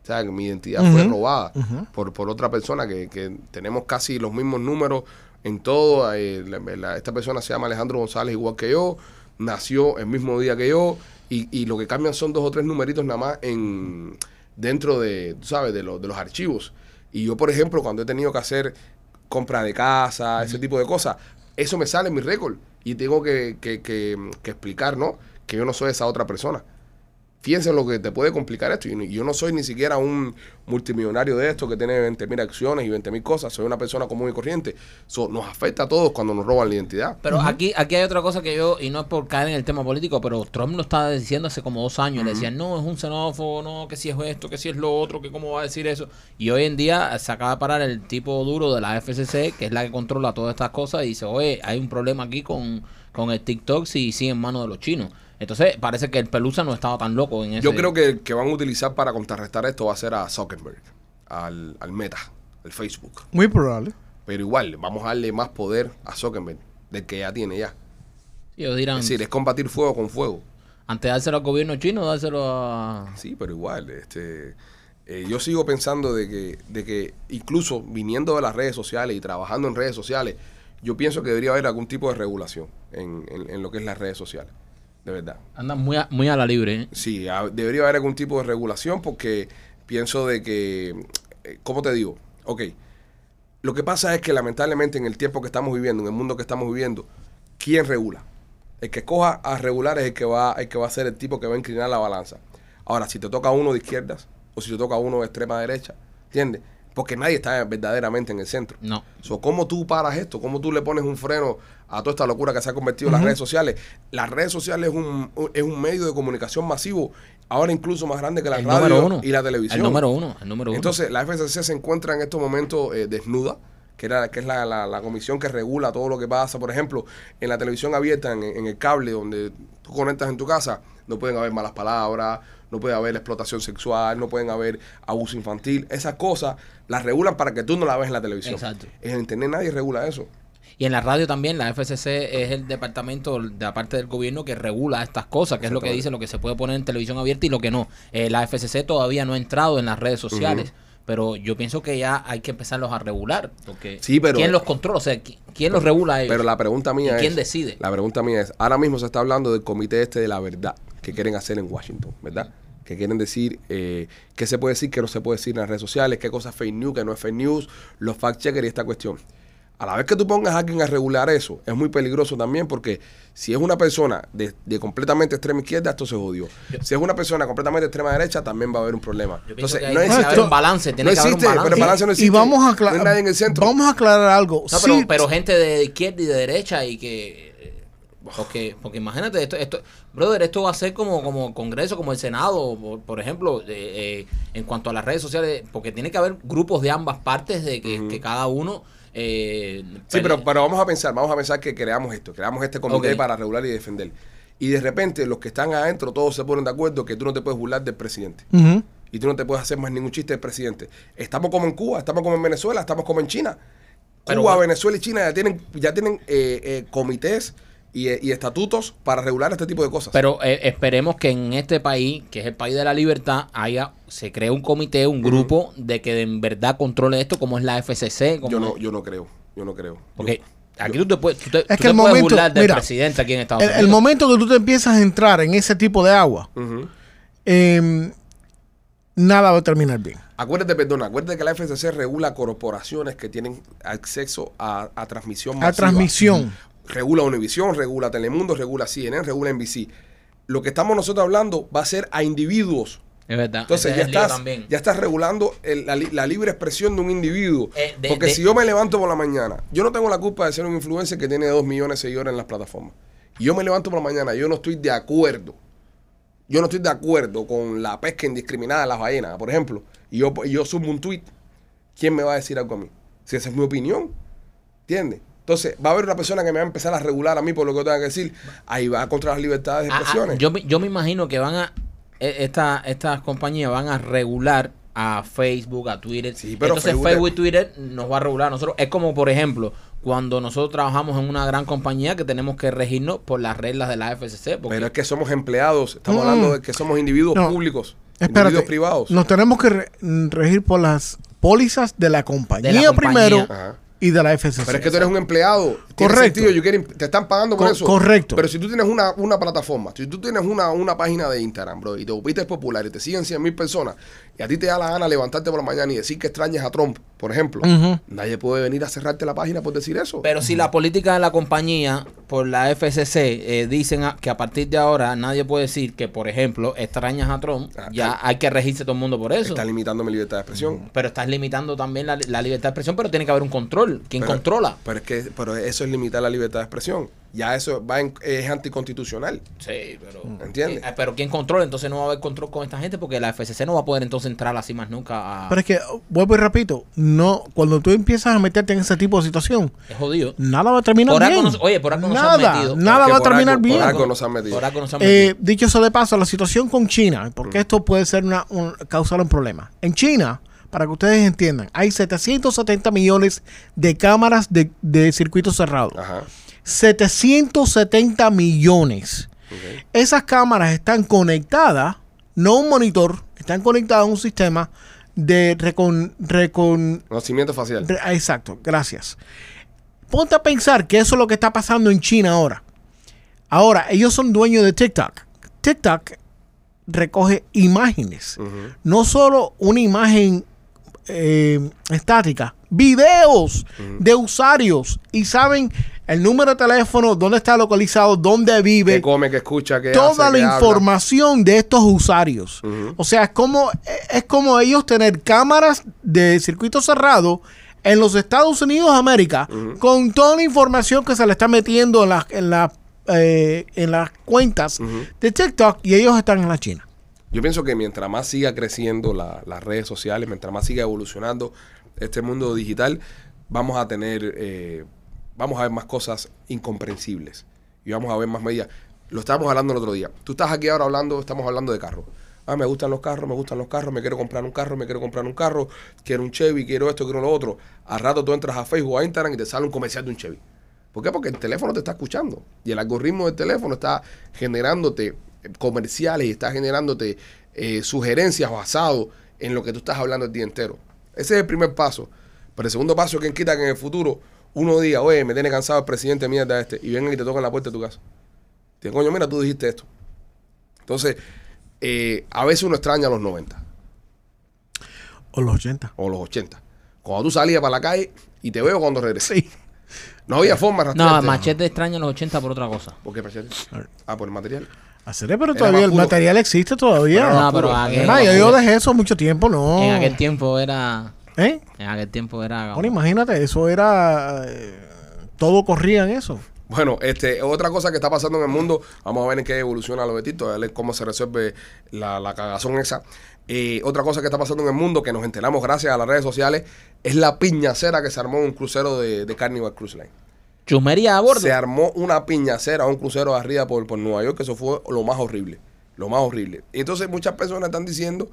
A: O sea, que mi identidad fue
C: Ujú.
A: robada por, por otra persona que, que tenemos casi los mismos números en todo. Eh, la- la- esta persona se llama Alejandro González igual que yo, nació el mismo día que yo y, y lo que cambian son dos o tres numeritos nada más en dentro de, tú sabes, de, los de los archivos. Y yo, por ejemplo, cuando he tenido que hacer compra de casa, ese tipo de cosas, eso me sale en mi récord y tengo que, que- que- que explicar, ¿no? Que yo no soy esa otra persona fíjense lo que te puede complicar esto. Yo, no- yo no soy ni siquiera un multimillonario de esto que tiene 20 mil acciones y 20 mil cosas. Soy una persona común y corriente. So, nos afecta a todos cuando nos roban la identidad.
G: Pero aquí, aquí hay otra cosa que yo, y no es por caer en el tema político, pero Trump lo estaba diciendo hace como dos años. Le decían, no, es un xenófobo, no, que si es esto, que si es lo otro, que cómo va a decir eso. Y hoy en día se acaba de parar el tipo duro de la FCC, que es la que controla todas estas cosas, y dice, oye, hay un problema aquí con, con el TikTok si sigue en manos de los chinos. Entonces parece que el Pelusa no estaba tan loco en ese
A: Yo creo que el que van a utilizar para contrarrestar esto va a ser a Zuckerberg, al, al Meta, al Facebook.
C: Muy probable.
A: Pero igual, vamos a darle más poder a Zuckerberg del que ya tiene ya.
G: Ellos dirán,
A: Es decir, eh, es combatir fuego con fuego.
G: antes de dárselo al gobierno chino, dárselo a...
A: Sí, pero igual, este, eh, yo sigo pensando de que, de que incluso viniendo de las redes sociales y trabajando en redes sociales, yo pienso que debería haber algún tipo de regulación en, en- en lo que es las redes sociales, de verdad.
G: Andan muy a, muy a la libre, ¿eh?
A: Sí, ha- debería haber algún tipo de regulación porque pienso de que, eh, ¿cómo te digo? Ok, lo que pasa es que lamentablemente en el tiempo que estamos viviendo, en el mundo que estamos viviendo, ¿quién regula? El que coja a regular es el que va, el que va a ser el tipo que va a inclinar la balanza. Ahora, si te toca uno de izquierdas o si te toca uno de extrema derecha, ¿entiendes? Porque nadie está verdaderamente en el centro.
G: No.
A: So, ¿Cómo tú paras esto? ¿Cómo tú le pones un freno a toda esta locura que se ha convertido en las redes sociales? Las redes sociales es un, es un medio de comunicación masivo, ahora incluso más grande que la
G: El número
A: radio
G: uno.
A: y la televisión.
G: El número uno, el número uno.
A: Entonces, la FCC se encuentra en estos momentos eh, desnuda, que, era, que es la, la- la comisión que regula todo lo que pasa. Por ejemplo, en la televisión abierta, en, en el cable donde tú conectas en tu casa, no pueden haber malas palabras, no puede haber explotación sexual, no pueden haber abuso infantil. Esas cosas las regulan para que tú no las veas en la televisión.
G: Exacto.
A: En internet nadie regula eso.
G: Y en la radio también, la FCC es el departamento de la parte del gobierno que regula estas cosas, que es lo que dice, lo que se puede poner en televisión abierta y lo que no. Eh, la FCC todavía no ha entrado en las redes sociales, pero yo pienso que ya hay que empezarlos a regular. Porque
A: Sí, pero-
G: ¿Quién los controla? O sea, ¿qui- ¿quién los regula a ellos?
A: Pero la pregunta mía
G: ¿Y
A: es...
G: quién decide?
A: La pregunta mía es, ahora mismo se está hablando del comité este de la verdad que quieren hacer en Washington, ¿verdad? Que quieren decir eh, qué se puede decir, qué no se puede decir en las redes sociales, qué cosa es fake news, qué no es fake news, los fact-checkers y esta cuestión. A la vez que tú pongas a alguien a regular eso, es muy peligroso también porque si es una persona de, de completamente extrema izquierda, esto se jodió. Si es una persona completamente extrema derecha, también va a haber un problema.
G: Yo pienso
A: Entonces,
G: que hay
A: no
G: que
A: existe,
G: haber un balance, tiene
A: no
G: que haber un
A: existe, pero el
G: balance.
A: balance no
C: y
A: existe.
C: vamos a
A: No hay
C: aclarar
A: nadie en el centro.
C: vamos a aclarar algo.
G: No,
C: Sí,
G: pero, pero gente de izquierda y de derecha y que... eh, Porque, porque imagínate, esto, esto, brother, esto va a ser como, como el Congreso, como el Senado, por, por ejemplo, eh, eh, en cuanto a las redes sociales, porque tiene que haber grupos de ambas partes de que, que cada uno... eh,
A: Sí,
G: pele-
A: pero, pero vamos a pensar, vamos a pensar que creamos esto, creamos este comité
G: Ok.
A: para regular y defender. Y de repente los que están adentro todos se ponen de acuerdo que tú no te puedes burlar del presidente.
C: Ujú.
A: Y tú no te puedes hacer más ningún chiste del presidente. Estamos como en Cuba, estamos como en Venezuela, estamos como en China.
G: Pero
A: Cuba,
G: bueno.
A: Venezuela y China ya tienen, ya tienen eh, eh, comités y, eh, y estatutos para regular este tipo de cosas.
G: Pero eh, esperemos que en este país, que es el país de la libertad, haya se cree un comité, un grupo de que en verdad controle esto, como es la FCC. Como
A: yo no,
G: es-
A: yo no creo, yo no creo.
G: porque
A: Yo-
G: aquí tú te puedes, tú te- tú
C: que
G: te
C: el
G: puedes
C: momento-
G: burlar del
C: mira,
G: presidente aquí en Estados
C: El, el
G: Unidos.
C: momento que tú te empiezas a entrar en ese tipo de agua,
A: Ujú.
C: em, nada va a terminar bien.
A: Acuérdate, perdona, acuérdate que la FCC regula corporaciones que tienen acceso a, a transmisión
C: La
A: masiva.
C: transmisión.
A: regula Univisión, regula Telemundo, regula CNN, regula NBC. Lo que estamos nosotros hablando va a ser a individuos.
G: es verdad.
A: Entonces
G: ese
A: ya
G: es el lío
A: estás,
G: también.
A: ya estás regulando el- la, li- la libre expresión de un individuo.
G: Eh, de-
A: Porque
G: de-
A: si yo me levanto por la mañana, yo no tengo la culpa de ser un influencer que tiene dos millones de seguidores en las plataformas. Yo me levanto por la mañana, yo no estoy de acuerdo. Yo no estoy de acuerdo con la pesca indiscriminada de las ballenas, por ejemplo. Y yo, y yo subo un tweet, ¿quién me va a decir algo a mí? Si esa es mi opinión. ¿Entiendes? Entonces, va a haber una persona que me va a empezar a regular a mí por lo que yo tenga que decir. Ahí va contra las libertades de
G: Ah, ah,
A: expresiones.
G: yo, me- yo me imagino que van a e- esta, estas compañías van a regular a Facebook, a Twitter.
A: Sí, pero
G: Entonces
A: Facebook-
G: Facebook, y Twitter nos va a regular a nosotros. Es como, por ejemplo, cuando nosotros trabajamos en una gran compañía que tenemos que regirnos por las reglas de la FCC. Porque
A: Pero es que somos empleados, estamos
C: Mm.
A: hablando de que somos individuos
C: No.
A: públicos,
C: Espérate,
A: individuos privados.
C: nos tenemos que re- regir por las pólizas de la compañía,
G: compañía.
C: primero
A: Ajá.
C: y de la FCC.
A: Pero es que tú eres un empleado. Tiene
C: Correcto.
A: sentido, you getting- te están pagando por
C: Co-
A: eso.
C: correcto.
A: Pero si tú tienes una, una plataforma, si tú tienes una, una página de Instagram, bro, y te volviste popular y te siguen 100 mil personas, y a ti te da la gana levantarte por la mañana y decir que extrañas a Trump, por ejemplo,
C: Ujú.
A: nadie puede venir a cerrarte la página por decir eso.
G: Pero si la política de la compañía por la FCC eh, dicen a- que a partir de ahora nadie puede decir que, por ejemplo, extrañas a Trump,
A: Ah,
G: ya hay que regirse todo el mundo por eso.
A: Está limitando mi libertad de expresión.
G: pero estás limitando también la, la libertad de expresión, pero tiene que haber un control. ¿Quién
A: Pero-
G: controla?
A: Pero, es que, pero eso es limitar la libertad de expresión. Ya eso va en- es anticonstitucional.
G: Sí, pero...
A: ¿Entiendes?
G: Eh, pero ¿quién controla? Entonces no va a haber control con esta gente porque la FCC no va a poder entonces entrar así más nunca a...
C: Pero es que, vuelvo y repito, no, cuando tú empiezas a meterte en ese tipo de situación,
G: Es jodido.
C: nada va a terminar
G: Por algo
C: bien.
G: nos- oye, por algo nos han
C: nada,
G: metido.
C: Nada
A: Es que
C: va a
A: por
C: terminar
A: algo- por
C: bien.
A: algo nos han metido.
G: Por algo nos han
C: Eh,
G: metido.
C: dicho sea de paso, la situación con China,
A: Mm.
C: porque esto puede ser una, un- causar un problema. En China, para que ustedes entiendan, hay 770 millones de cámaras de, de circuito cerrado.
A: Ajá.
C: 770 millones. Esas cámaras están conectadas, no a un monitor, están conectadas a un sistema de recon- recon-
A: Conocimiento facial.
C: Re- ah, Exacto, gracias. Ponte a pensar que eso es lo que está pasando en China ahora. Ahora, ellos son dueños de TikTok. TikTok recoge imágenes.
A: Ujú.
C: No solo una imagen eh, estática, videos de usuarios y saben el número de teléfono, dónde está localizado, dónde vive
A: Que come, que escucha, que
C: toda
A: hace,
C: la
A: que habla.
C: información de estos usuarios.
A: Ujú.
C: O sea, es como, es como ellos tener cámaras de circuito cerrado en los Estados Unidos de América con toda la información que se le está metiendo en las, en las, eh, en las cuentas de TikTok y ellos están en la China.
A: Yo pienso que mientras más siga creciendo la- las redes sociales, mientras más siga evolucionando este mundo digital, vamos a tener, eh, vamos a ver más cosas incomprensibles y vamos a ver más medidas. Lo estábamos hablando el otro día. Tú estás aquí ahora hablando, estamos hablando de carros. Ah, me gustan los carros, me gustan los carros, me quiero comprar un carro, me quiero comprar un carro, quiero un Chevy, quiero esto, quiero lo otro. Al rato tú entras a Facebook, a Instagram y te sale un comercial de un Chevy. ¿Por qué? Porque el teléfono te está escuchando y el algoritmo del teléfono está generándote comerciales y está generándote eh, sugerencias basadas en lo que tú estás hablando el día entero. Ese es el primer paso. Pero el segundo paso es quien quita que en el futuro uno diga, oye, me tiene cansado el presidente mierda este, y vengan y te tocan la puerta de tu casa. Te dicen, coño, mira, tú dijiste esto. Entonces, eh, a veces uno extraña los 90
C: O los 80.
A: o los 80. Cuando tú salías para la calle y te veo cuando regresé.
C: Sí.
A: No había forma de
G: no,
A: rastrearte.
G: Machete extraña los 80 por otra cosa.
A: ¿Por qué, Machete? Ah, por el material.
C: Haceré, pero
A: Era
C: todavía
A: más
C: el
A: puro.
C: material existe todavía.
A: Era
G: No,
A: más
G: pero
A: puro.
G: aquel-
C: Además, yo, yo dejé eso mucho tiempo, no.
G: En aquel tiempo era...
C: ¿Eh?
G: En aquel tiempo era...
C: Bueno, imagínate, eso era... eh, todo corría en eso.
A: Bueno, este, otra cosa que está pasando en el mundo, vamos a ver en qué evoluciona lo de Tito, a ver cómo se resuelve la, la cagazón esa. Eh, otra cosa que está pasando en el mundo, que nos enteramos gracias a las redes sociales, es la piñacera que se armó en un crucero de, de Carnival Cruise Line.
G: Chumería a bordo.
A: Se armó una piñacera, un crucero arriba por, por Nueva York, que eso fue lo más horrible. Lo más horrible. Y entonces muchas personas están diciendo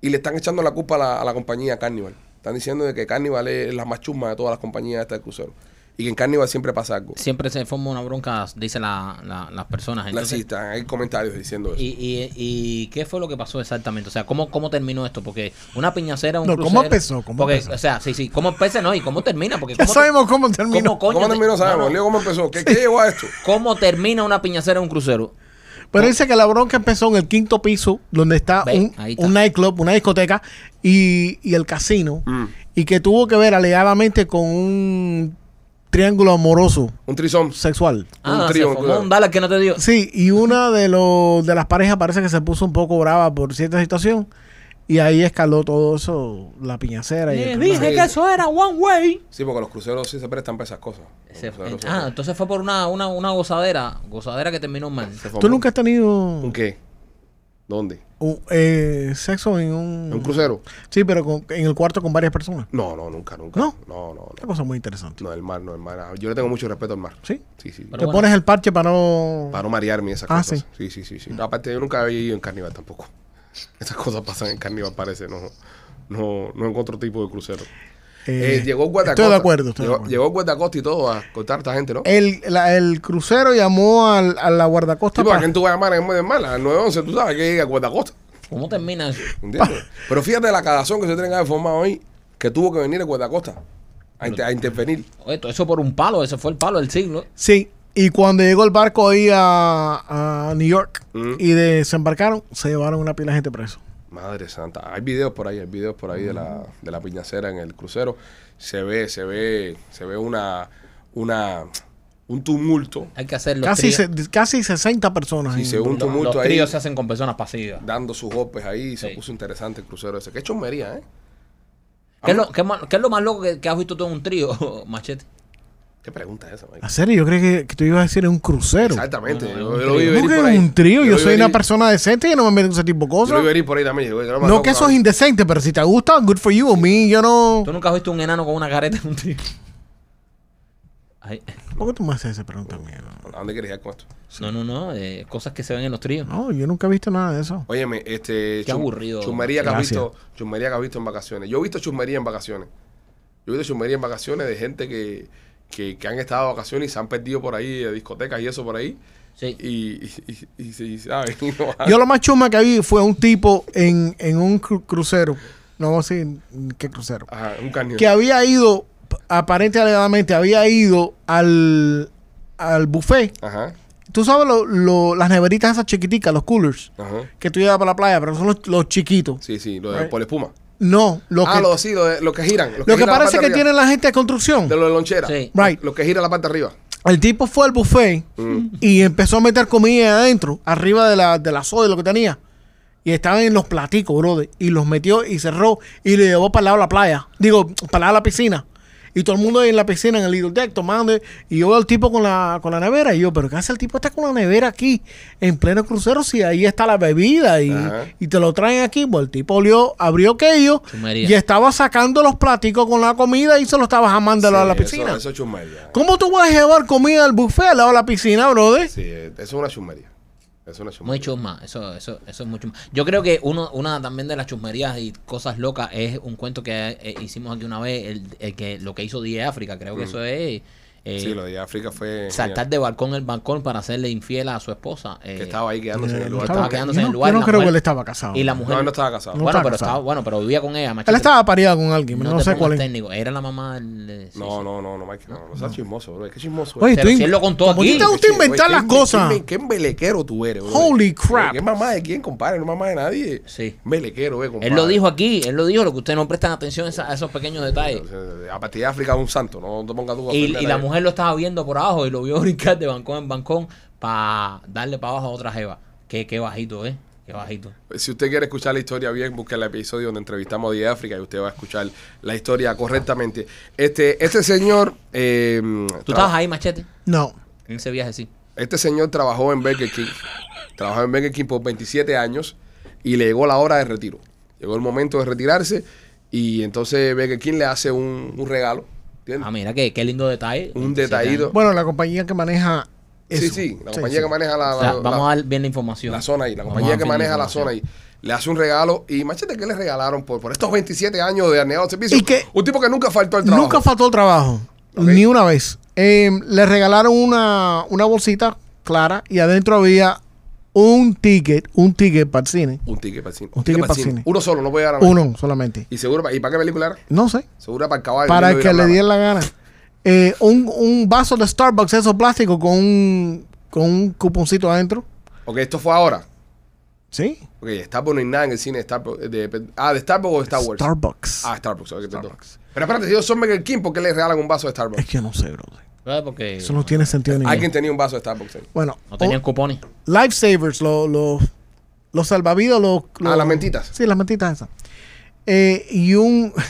A: y le están echando la culpa a la, a la compañía Carnival. Están diciendo de que Carnival es la más chusma de todas las compañías esta de este crucero. Y que en Carnival siempre pasa algo.
G: Siempre se forma una bronca, dice la, la- las personas.
A: La
G: Entonces,
A: cita, hay comentarios diciendo eso.
G: y, y, y qué fue lo que pasó exactamente? O sea, ¿cómo, cómo terminó esto? Porque una piñacera, un
C: No, ¿cómo
G: crucero-
C: empezó? ¿Cómo
G: porque,
C: empezó?
G: O sea, sí, sí. ¿Cómo empieza? No, ¿y cómo termina? Porque
C: Ya
G: cómo-
C: sabemos cómo terminó.
G: ¿Cómo coño?
A: ¿Cómo terminó?
G: te-
A: Sabemos,
G: no, no.
A: Leo, ¿cómo empezó? ¿Qué, qué llevó a esto?
G: ¿Cómo termina una piñacera en un crucero?
C: Pero dice que la bronca empezó en el quinto piso, donde está,
G: Ve,
C: un,
G: ahí está.
C: un nightclub, una discoteca y, y el casino,
A: Mm.
C: y que tuvo que ver alegadamente con un triángulo amoroso
A: Un trisom.
C: sexual.
A: Un
G: Ah,
A: trío,
G: se formó
A: claro.
G: un Dallas que no te dio.
C: Sí, y una de, los de las parejas parece que se puso un poco brava por cierta situación, y ahí escaló todo eso, la piñacera. Y el problema.
A: dije que eso
G: era one way.
A: Sí, porque los cruceros sí se prestan para esas cosas. Los cruceros son-
G: ah, entonces fue por una, una, una gozadera. Gozadera que terminó mal.
A: se forman.
C: ¿Tú nunca has tenido
A: ¿Un qué? ¿Dónde?
C: un, eh, sexo en
A: ¿En
C: un...
A: un crucero?
C: Sí, pero con- en el cuarto con varias personas?
A: No, no, nunca, nunca.
C: ¿No?
A: No, no,
C: Una
A: no.
C: cosa muy interesante.
A: No, el mar, no, el mar. Ah, Yo le tengo mucho respeto al mar.
C: ¿Sí?
A: Sí, sí.
G: Pero
C: Te
G: bueno.
C: pones el parche para no...
A: para no marearme y esas
C: Ah,
A: cosas. Sí, sí, sí. sí. No, aparte, yo nunca había ido en carnival tampoco. Esas cosas pasan en carnival, parece, no, No, no en otro tipo de crucero.
C: Eh,
A: Eh, llegó Guardacosta.
C: Estoy de acuerdo. estoy de
A: llegó,
C: acuerdo.
A: llegó Guardacosta y todo a cortar a esta gente, ¿no?
C: El, la- el crucero llamó al, a la guardacosta
A: Sí, ¿Para
C: para-
A: quién tú vas a llamar en medio del mar? Al 911, tú sabes que llega Guardacosta.
G: ¿Cómo termina eso?
A: ¿Entiendes? Pero fíjate la cagazón que se tienen que haber formado hoy, que tuvo que venir a Guardacosta a, inter- a intervenir.
G: Oye, todo eso por un palo, ese fue el palo del siglo.
C: Sí, y cuando llegó el barco ahí a, a New York
A: Mm.
C: y desembarcaron, se llevaron una pila de gente preso.
A: Madre santa, hay videos por ahí, hay videos por ahí de la,
C: Mm.
A: de la piñacera en el crucero. Se ve, se ve, se ve una, una, un tumulto,
G: Hay que hacerlo.
C: Casi, se- casi 60 personas.
A: Sí,
C: ahí.
A: se un tumulto
G: los
A: ahí.
G: tríos se hacen con personas pasivas.
A: dando sus golpes ahí. y Se
G: Sí.
A: puso interesante el crucero ese. Qué chumbería, ¿eh?
G: ¿Qué es, lo, qué ma- qué es lo más loco que, que has visto tú en un trío, Machete?
A: ¿Qué pregunta es esa, Mike?
C: ¿En serio? Yo creí que, que tú ibas a decir un crucero.
A: Exactamente.
G: No, no,
A: yo,
G: un
A: yo lo vi
G: trío.
A: venir
C: ¿Cómo que
A: por ahí.
C: un trío? Yo,
A: lo vi
C: soy una
A: venir-
C: persona decente y no me meto en ese tipo de
A: Yo lo
C: cosas.
A: vi venir por ahí también. yo- yo me
C: No que
A: acabo-
C: eso es indecente, pero si te gusta, good for you. A mí, yo no...
G: ¿Tú nunca has visto un enano con una careta en un trío? Ay,
C: ¿Por qué tú me haces esa pregunta? mierda?
A: ¿A dónde quieres ir con esto?
G: no, no, no. eh, cosas que se ven en los tríos.
C: No, yo nunca he visto nada de eso.
A: Óyeme, este.
G: Qué aburrido.
A: Chusmería que, has
C: Gracias.
A: visto, chusmería que has visto en vacaciones. Yo he visto chusmería en vacaciones. Yo he visto chusmería en vacaciones de gente que, que, que han estado de vacaciones y se han perdido por ahí, de discotecas y eso por ahí.
G: Sí.
A: Y, y, y, y, y- ¿sabes? Y no van.
C: Yo lo más chuma que vi fue un tipo en, en un cru- crucero. No voy a decir qué crucero.
A: Ajá, un carnívoro.
C: que había ido, aparentemente alegadamente, había ido al, al buffet.
A: Ajá,
C: Tú sabes lo- lo- las neveritas esas chiquiticas, los coolers,
A: ajá.
C: que tú llevas para la playa, pero son los, los chiquitos.
A: Sí, sí, lo de
C: Right.
A: por espuma.
C: No, los
A: ah,
C: que,
A: los sí, lo de- los que giran. Los
C: lo que
A: giran la
C: parece
A: parte
C: que
A: arriba.
C: tiene la gente de construcción.
A: De los de lonchera.
G: Sí.
C: Right.
A: Los que giran la parte arriba.
C: El tipo fue al buffet
A: Mm.
C: y empezó a meter comida adentro, arriba de la, de la soda, y lo que tenía. Y estaban en los platicos, brother. Y los metió y cerró y le llevó para el lado de la playa. Digo, para el lado de la piscina. Y todo el mundo ahí en la piscina, en el little deck, tomando. Y yo veo al tipo con la, con la nevera. Y yo, ¿pero qué hace el tipo está con la nevera aquí? En pleno crucero, si ahí está la bebida y,
A: Ajá.
C: y te lo traen aquí. Pues el tipo olió, abrió aquello
G: Chumería.
C: y estaba sacando los platicos con la comida y se lo estaba jamándolo a la
A: Sí, eso-
C: piscina.
A: Eso, es chusmería.
C: ¿Cómo tú vas a llevar comida al buffet al lado de la piscina, brother?
A: Sí, eh, eso es una chusmería. Eso es una chusmería.
G: Muy chusma, eso, eso, eso es mucho más. Yo creo que uno, una también de las chusmerías y cosas locas es un cuento que eh, hicimos aquí una vez, el, el que lo que hizo Die África, creo que eso es eh,
A: Mm. Sí, lo de África fue.
G: saltar de balcón en balcón para hacerle infiel a su esposa. eh,
A: Que estaba ahí quedándose en el lugar.
G: estaba
A: Estaba-
G: quedándose en
C: Yo
G: el
C: no-
G: lugar,
C: Yo
G: la
C: no creo
G: mujer-
C: que él estaba casado.
G: y la
A: No,
G: mujer.
A: él no estaba casado.
C: No
G: bueno,
C: estaba
G: pero
C: casado.
G: estaba, bueno, pero vivía con ella, machete.
C: Él estaba pareado con alguien, no,
G: te
C: sé
G: pongas
C: cuál es.
G: técnico, era la mamá del- de- sí,
A: No,
G: sí.
A: no, no, no, Mike. No, no seas chismoso, bro. Qué chismoso.
C: Oye,
A: eres.
G: Pero
C: tú-
G: si él lo contó
C: como a ti
G: aquí.
C: te gusta inventar
A: Oye,
C: las
A: qué-
C: cosas.
A: Qué, qué embelequero tú eres, bro.
C: Holy crap.
A: ¿Qué mamá de quién, compadre? No mamá de nadie.
G: Sí.
A: Embelequero, eh, compadre.
G: Él lo dijo aquí, él lo dijo, lo que ustedes no prestan atención es a, a esos pequeños detalles.
A: Eh, A partir de África es un santo. No te pongas tú a
G: Y,
A: ofender
G: y
A: a
G: la
A: nadie.
G: mujer lo estaba viendo por abajo y lo vio brincar de bancón en bancón para darle para abajo a otra jeva. Qué, qué bajito, ¿eh? Qué bajito.
A: Si usted quiere escuchar la historia bien, busque el episodio donde entrevistamos a Día África y usted va a escuchar la historia correctamente. Este, este señor. eh,
G: ¿Tú
A: traba-
G: estabas ahí, machete?
C: No.
G: En ese viaje, sí.
A: Este señor trabajó en Burger King. Trabajó en Burger King por 27 años y le llegó la hora de retiro. Llegó el momento de retirarse y entonces Burger King le hace un, un regalo. ¿entiendes?
G: Ah, mira, qué, qué lindo detalle.
A: Un detallito.
C: Bueno, la compañía que maneja eso.
A: Sí, sí, la compañía
C: sí.
A: que maneja la,
G: O sea,
A: la-
G: vamos
A: la-
G: a dar bien la información.
A: la zona ahí, la
G: Vamos
A: compañía
G: a
A: que
G: dar bien
A: maneja la zona
G: información.
A: ahí. Le hace un regalo y machete que le regalaron por, por estos 27 años de anegado servicio.
C: Y que-
A: un tipo que nunca faltó al trabajo.
C: Nunca faltó el trabajo,
A: Ok.
C: ni una vez. Eh, le regalaron una, una bolsita clara y adentro había un ticket, un ticket para el cine.
A: un ticket para el cine.
C: Un ticket para el cine.
A: Uno solo, no puede dar a más.
C: Uno solamente.
A: Y seguro, pa- ¿y para qué película era?
C: No sé.
A: Seguro para el caballo.
C: para
A: Yo no
C: el que
A: vi la plata.
C: le diera la gana. Eh, un, un vaso de Starbucks, esos plásticos, con un, con un cuponcito adentro.
A: Ok, esto fue ahora.
C: ¿Sí?
A: Ok, Starbucks no hay nada en el cine de Starbucks. De, ah, de Starbucks o de Star Wars.
C: Starbucks.
A: Ah, Starbucks, ok, perdón.
C: Starbucks.
A: Pero espérate, si ellos son Burger King, ¿por qué le regalan un vaso de
C: Es
A: Starbucks?
C: que no sé, brother.
G: ¿Sabes? Porque
C: Eso no tiene Oh. sentido ninguno.
A: Eh, Alguien tenía un vaso de Starbucks ahí.
C: Bueno,
G: no tenían cupones.
C: o- Lifesavers, los los los salvavidas, los, los-
A: Ah, las mentitas.
C: Sí, las mentitas esas. Eh, y un.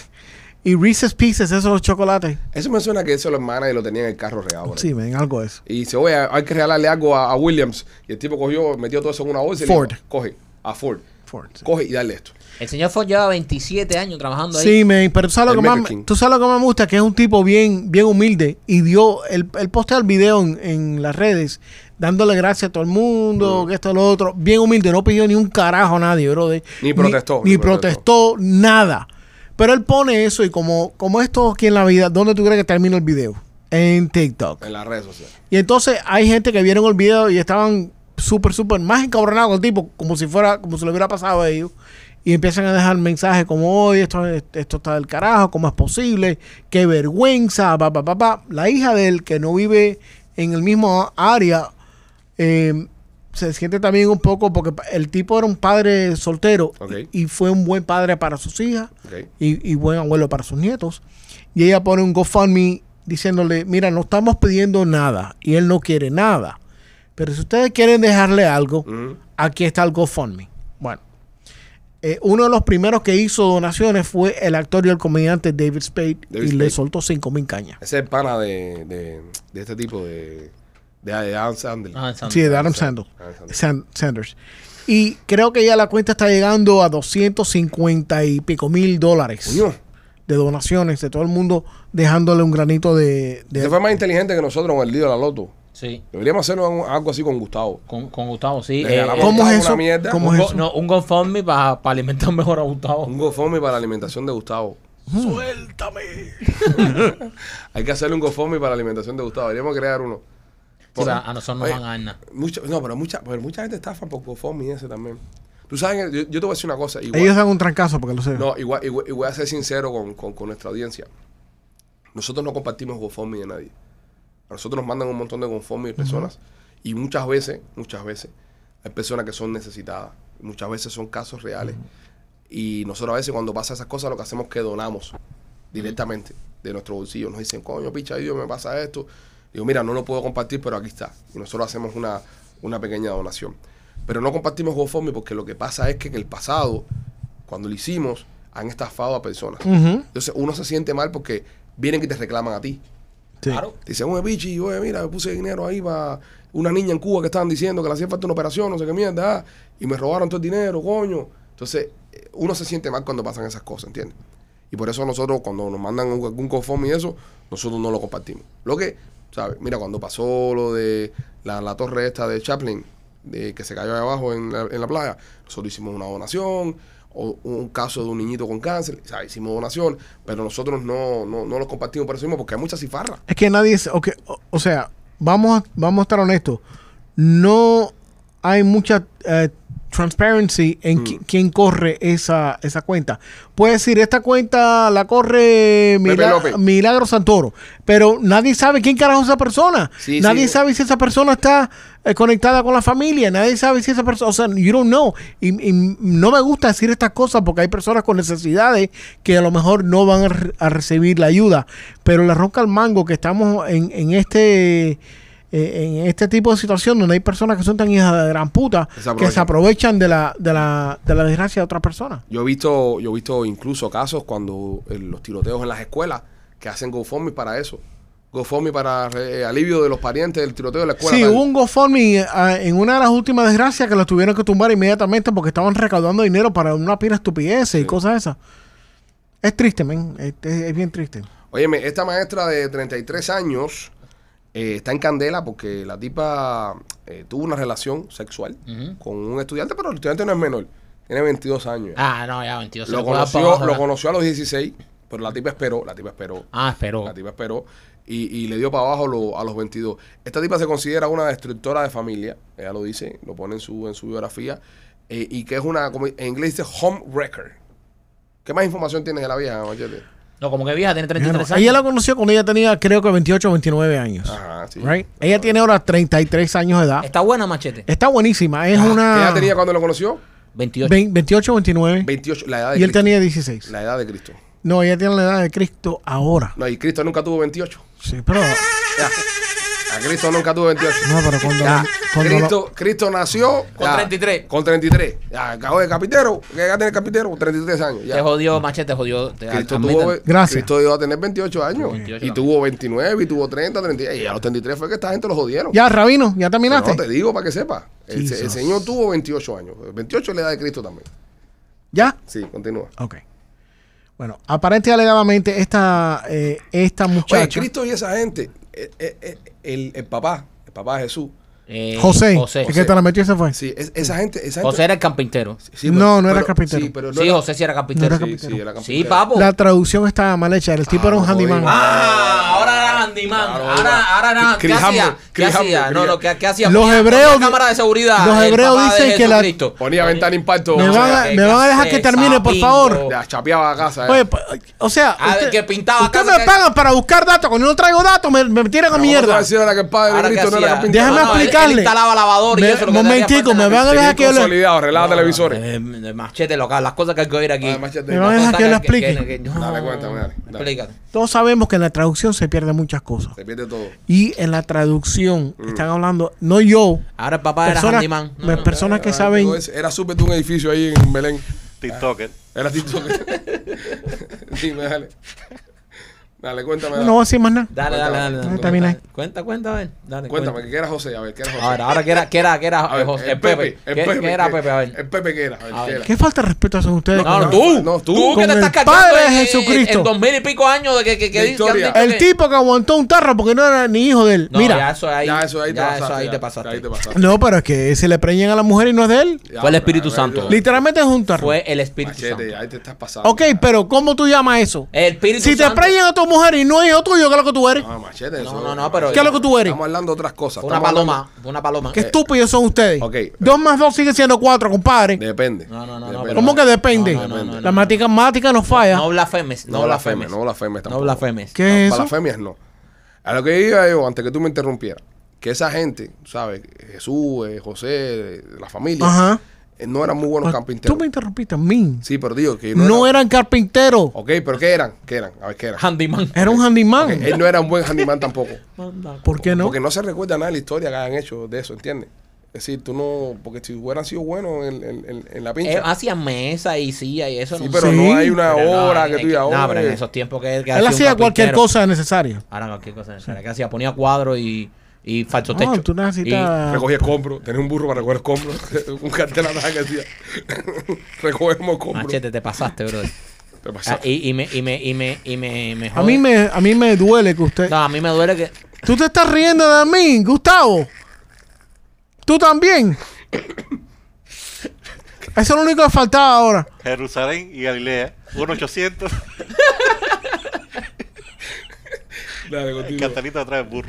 C: Y Reese's Pieces, esos los chocolates.
A: Eso me suena que eso lo hermana y lo tenía en el carro regado. por ahí.
C: Sí, ven, algo de eso.
A: Y se oye, hay que regalarle algo a, a Williams. Y el tipo cogió, metió todo eso en una bolsa y le
C: Ford.
A: dijo, coge, a Ford.
C: Ford, sí.
A: Coge y dale esto.
G: El señor Ford lleva 27 años trabajando ahí.
C: Sí, men, pero tú sabes, lo
A: El
C: que más,
A: Burger King.
C: tú sabes lo que más me gusta, que es un tipo bien, bien humilde y dio, el él postea el video en, en las redes, dándole gracias a todo el
A: Mm.
C: mundo, que esto, lo otro, bien humilde, no pidió ni un carajo a nadie, brother.
A: Ni protestó,
C: Ni,
A: ni
C: protestó, nada. Pero él pone eso y como, como esto aquí en la vida, ¿dónde tú crees que termina el video? En TikTok.
A: en las redes sociales.
C: Y entonces hay gente que vieron el video y estaban súper, súper más encabronados con el tipo, como si fuera, como si le hubiera pasado a ellos. Y empiezan a dejar mensajes como, oye, esto, esto está del carajo, ¿cómo es posible? Qué vergüenza, pa, pa, pa, pa. La hija de él, que no vive en el mismo área, eh, se siente también un poco, porque el tipo era un padre soltero
A: Ok.
C: y fue un buen padre para sus hijas
A: Ok.
C: y, y buen abuelo para sus nietos. Y ella pone un GoFundMe diciéndole, mira, no estamos pidiendo nada y él no quiere nada. Pero si ustedes quieren dejarle algo,
A: Ujú.
C: aquí está el GoFundMe. Bueno, eh, uno de los primeros que hizo donaciones fue el actor y el comediante David Spade
A: David
C: y le
A: Spade.
C: soltó 5 mil cañas.
A: Ese es el pana de, de, de este tipo de, de, de Adam Sandler.
G: Ah, Sandra.
C: Sí, de Adam Sandler.
A: Adam Sandler.
C: San- Sanders. Y creo que ya la cuenta está llegando a 250 y pico mil dólares
A: Coño,
C: de donaciones de todo el mundo dejándole un granito de... de-
A: ese fue más inteligente que nosotros con el lío de la loto.
G: Sí.
A: Deberíamos hacer un- algo así con Gustavo.
G: Con, con Gustavo, sí.
A: Le regalamos
C: Eh, ¿Cómo es
A: una
C: eso?
A: mierda.
C: ¿Cómo
G: un
C: es
G: go-
C: eso?
G: no, un GoFundMe para alimentar mejor a Gustavo.
A: Un GoFundMe para la alimentación de Gustavo.
C: Mm.
A: ¡Suéltame! Hay que hacerle un GoFundMe para la alimentación de Gustavo. Deberíamos crear uno.
G: Sí, pero a nosotros nos
A: Oye,
G: van a dar nada.
A: mucha- no, pero mucha, pero mucha gente estafa por GoFundMe ese también. Tú sabes, que yo, yo te voy a decir una cosa. Igual,
C: Ellos dan un trancazo porque lo sé.
A: No, igual, igual- y voy a ser sincero con, con- con nuestra audiencia. Nosotros no compartimos GoFundMe de nadie. A nosotros nos mandan un montón de GoFundMe de personas. Y muchas veces, muchas veces, hay personas que son necesitadas. Muchas veces son casos reales. Y nosotros a veces cuando pasa esas cosas lo que hacemos es que donamos directamente de nuestro bolsillo. Nos dicen, coño, picha, Dios, me pasa esto. Digo, mira, no lo puedo compartir, pero aquí está. Y nosotros hacemos una, una pequeña donación. Pero no compartimos GoFundMe porque lo que pasa es que en el pasado, cuando lo hicimos, han estafado a personas.
C: Ujú.
A: Entonces uno se siente mal porque vienen y te reclaman a ti.
C: Sí.
B: Claro.
A: Te dicen, oye, pichi, oye, mira, me puse dinero ahí para una niña en Cuba que estaban diciendo que le hacía falta una operación, no sé qué mierda, ah, y me robaron todo el dinero, coño. Entonces, eh, uno se siente mal cuando pasan esas cosas, ¿entiendes? Y por eso nosotros, cuando nos mandan un- algún conforme y eso, nosotros no lo compartimos. Lo que, ¿sabes? Mira, cuando pasó lo de la, la torre esta de Chaplin, de que se cayó ahí abajo en la, en la playa, nosotros hicimos una donación, o un caso de un niñito con cáncer, ¿sabes? Hicimos donación, pero nosotros no, no, no los compartimos por eso mismo, porque hay muchas cifarras.
C: Es que nadie... se- ok, o, o sea, vamos a, vamos a estar honestos. No hay mucha eh, transparency en qui-
A: Mm.
C: quién corre esa, esa cuenta. Puede decir, esta cuenta la corre Mila-
A: López.
C: Milagro Santoro, pero nadie sabe quién carajo es esa persona.
A: Sí,
C: nadie
A: sí.
C: sabe si esa persona está eh, conectada con la familia, nadie sabe si esa persona, o sea, you don't know. Y, y no me gusta decir estas cosas porque hay personas con necesidades que a lo mejor no van a, re- a recibir la ayuda, pero la roca al mango que estamos en, en este... eh, en este tipo de situación donde hay personas que son tan hijas de gran puta
A: Que se aprovechan.
C: que se aprovechan de la, de la, de la desgracia de otras personas.
A: Yo he visto, yo he visto incluso casos cuando eh, los tiroteos en las escuelas que hacen GoFundMe para eso. GoFundMe para eh, alivio de los parientes del tiroteo de la escuela.
C: Sí,
A: tal.
C: hubo un GoFundMe eh, en una de las últimas desgracias que los tuvieron que tumbar inmediatamente porque estaban recaudando dinero para una pira estupidez y cosas esas. Es triste, men. Es, es- es bien triste.
A: Óyeme, esta maestra de 33 años eh, está en candela porque la tipa eh, tuvo una relación sexual
G: Ujú.
A: con un estudiante, pero el estudiante no es menor. Tiene 22 años.
G: Ah, no, ya, 22.
A: lo, conoció, lo conoció a los 16, pero la tipa esperó, la tipa esperó.
G: Ah, esperó.
A: La tipa esperó y, y le dio para abajo lo- a los 22. Esta tipa se considera una destructora de familia, ella lo dice, lo pone en su, en su biografía, eh, y que es una, como en inglés dice, home wrecker. ¿Qué más información tienes de la vieja, Machete?
G: No, como que vieja, tiene 33
C: Ella la
G: años.
C: conoció cuando ella tenía, creo que 28 o 29 años.
A: Ajá, sí.
C: Right? Ella tiene ahora 33 años de edad.
G: Está buena, machete.
C: Está buenísima. Es
A: Ah, ¿Qué
C: una.
A: edad tenía cuando lo conoció?
G: 28.
C: 28 o 29.
A: 28, la edad de
C: Y él
A: Cristo.
C: tenía 16.
A: La edad de Cristo.
C: No, ella tiene la edad de Cristo ahora.
A: No, y Cristo nunca tuvo 28.
C: Sí, pero.
A: Ya. A Cristo nunca tuvo 28.
C: No, pero cuando.
A: Ya,
C: cuando lo-
A: Cristo, Cristo nació
G: Con 33.
A: Con 33. Ya, acabó de capitero. ¿Qué edad tiene el capitero? 33 años. Ya.
G: Te jodió, machete, te jodió. Te,
A: Cristo,
G: admiten.
A: tuvo,
C: Gracias.
A: Cristo iba a tener 28 años.
G: 28
A: y
G: también.
A: tuvo 29, y tuvo 30, 30. Y a los 33 fue que esta gente lo jodieron.
C: Ya, Rabino, ya
A: Pero
C: terminaste.
A: no te digo para que sepa. El, se- el
C: Jesus.
A: Señor tuvo 28 años. 28 es la edad de Cristo también.
C: ¿Ya?
A: Sí, continúa.
C: Ok. Bueno, aparente y alegadamente esta, eh, esta
A: Oye,
C: muchacha.
A: Cristo y esa gente, eh, eh, eh, el, el papá, el papá de Jesús,
G: Eh,
C: José,
G: José.
C: el que te la metió y se fue.
A: Sí, es- esa gente. Esa
G: José
A: gente
G: era el carpintero.
A: sí, pero-
C: No, no era
A: pero-
C: carpintero.
A: Sí, pero no
G: Sí,
A: era-
G: José sí era carpintero.
C: No era
A: Sí, sí, era
G: Sí,
A: carpintero.
G: papo.
C: La traducción estaba mal hecha. El tipo era un
A: no
C: handyman.
A: digas.
G: Ah, ahora era handyman.
A: Claro,
G: ahora, ahora era.
A: Chris
G: ¿Qué hacía?
A: Hammer,
G: ¿Qué
A: Chris
G: hacía?
A: Hammer,
G: No,
A: Chris
G: no, ¿qué, qué hacía?
C: Los
G: Ponía-
C: hebreos
G: ponía
C: di-
G: cámara de seguridad.
C: los
G: el
C: hebreos
G: papá de
C: dicen que la-
G: Jesucristo.
A: Ponía ventana impacto.
C: Me
A: o sea,
C: van a- me van a dejar que termine, por
G: Sapingo.
C: favor.
A: La chapeaba a casa. eh.
C: Oye, pa- o sea,
G: A ver, Ah, que pintaba
C: usted
G: casa
C: me
G: que-
C: pagan para buscar datos. Cuando yo no traigo datos, me, me tiran a
A: Pero ¿cómo te vas
C: mierda.
A: a decir ahora que el padre de
G: Ahora, ¿qué
A: Cristo no era
G: hacía?
A: carpintero?
C: Déjame
G: él-
C: explicarle.
G: Él, instalaba lavador y
C: Me-
G: eso. Lo que
C: momentico, me van a
G: ver
C: dejar
A: Tenía
C: que yo le-
A: consolidado, relata televisores.
G: Machete local, las cosas que hay que oír aquí.
A: Ah, machete.
C: Me van a
G: Las
C: dejar que yo lo
G: cosas
C: explique.
G: no.
A: Dale, cuéntame, dale, dale.
G: Explícate.
C: Todos sabemos que en la traducción se pierden muchas cosas.
A: Se pierde todo.
C: Y en la traducción están hablando, no yo,
G: Ahora el papá era
C: personas,
G: handyman. No,
C: me-
G: no.
C: personas que
A: Ah,
C: saben.
A: digo, es- Era súper de un edificio ahí en Belén.
D: TikToker.
A: Era TikTok. Dime, dale. Dale, cuéntame. dale.
C: No voy a decir más nada.
G: Dale, dale, dale. dale.
C: No, termina ahí.
G: Cuenta, cuenta, a ver. Dale,
A: Cuéntame, ¿qué era José? A ver, ¿qué era José?
G: Ahora, ahora que era, que era, que
A: A
G: era
A: ver,
G: José, el Pepe.
A: El
G: ¿Qué-
A: Pepe.
G: ¿Qué era Pepe? A ver.
A: ¿El Pepe qué era? A ver, ¿qué era?
C: ¿Qué falta de respeto hacen ustedes?
G: No, no,
C: cabrón?
G: tú,
A: No, tú.
G: tú, que
C: Con
G: te
C: el
G: estás cargando
C: padre de
G: en- en-
C: Jesucristo.
G: en dos mil y pico años de que, que, que,
A: De
G: dicen que han
A: historia.
G: dicho
C: El
G: que-
C: tipo que aguantó un tarro porque no era ni hijo de él.
G: No,
C: Mira.
G: ya eso ahí,
A: Ya, eso ahí te
G: ya
A: pasaste.
G: eso ahí
A: ya.
G: te pasaste.
A: Ahí te pasaste.
C: No, pero es que se le preñen a la mujer y no es de él.
A: Ya,
G: Fue el Espíritu
A: pero,
G: Santo.
A: pero,
C: Literalmente es un tarro.
G: Fue el Espíritu
A: Machete,
G: Santo.
A: ahí te estás pasando.
C: Ok, pero ¿cómo tú llamas eso?
G: El Espíritu
C: Si te
G: Santo.
C: preñan a tu mujer y no es hijo tuyo, ¿qué es lo que tú eres?
A: No, machete, eso-
G: No, no, no, pero-
C: ¿Qué es lo que tú eres?
A: Estamos hablando de otras cosas.
G: Fue una
A: Estamos hablando-
G: paloma, fue una paloma.
C: Qué estúpidos son ustedes.
A: ok.
C: Dos más dos sigue siendo cuatro, compadre.
A: Depende.
G: No, no, no, no,
A: Depende.
G: pero-
C: ¿Cómo que depende?
G: No, no, no, no,
C: la
G: no.
C: matemática no falla.
G: No blasfemes, no
A: No blasfemes,
G: blasfemes.
A: no blasfemes
G: No
A: tampoco.
G: blasfemes.
C: ¿Qué es
A: Para
C: eso?
A: las femias no. A lo que iba yo, antes que tú me interrumpieras, que esa gente, ¿sabes? Jesús, eh, José, eh, la familia,
C: Ajá. Pues,
A: eh, no eran muy buenos
C: Ah, Tú
A: carpinteros.
C: me interrumpiste a mí.
A: Sí, pero digo que
C: No,
A: no, eran-
C: eran carpinteros.
A: Ok, pero ¿qué eran? ¿Qué eran? A ver, ¿qué eran?
G: Handyman.
C: Era un
A: Ok,
C: handyman.
A: Él no era un buen handyman tampoco.
C: ¿Por qué no?
A: Porque no se recuerda nada de la historia que hayan hecho de eso, ¿entiendes? Es decir, tú no. Porque si hubieran sido buenos en, en- en- en la
G: Eh,
A: pincha.
G: hacían mesa y silla y eso.
A: sí,
G: no
A: pero
G: sé.
C: sí.
A: no hay una
G: Pero no,
A: hora
G: es
A: que tú digas,
G: No, pero en
A: "Oye,
G: esos tiempos que que
C: Él
G: hacía un
C: hacía cualquier
G: carpintero.
C: cosa necesaria.
G: Ahora cualquier cosa. Era que hacía, ponía cuadros y, y falso techo.
C: No, tú necesitas.
A: Recogí escombros, tenía un burro para recoger escombros, un cartel atrás que decía, recogemos
G: Y,
A: escombros.
G: machete, te pasaste, bro. Ah,
A: Te pasaste.
G: y, y me, y me, y me, y me, me
C: A
G: jode.
C: mí me, a mí me duele que usted.
G: No, a mí me duele que.
C: Tú te estás riendo de mí, Gustavo. Tú también. Eso es lo único que faltaba ahora.
D: Jerusalén y Galilea. 1800.
A: Dale,
D: El
A: continúa.
D: cantalito atrás del burro.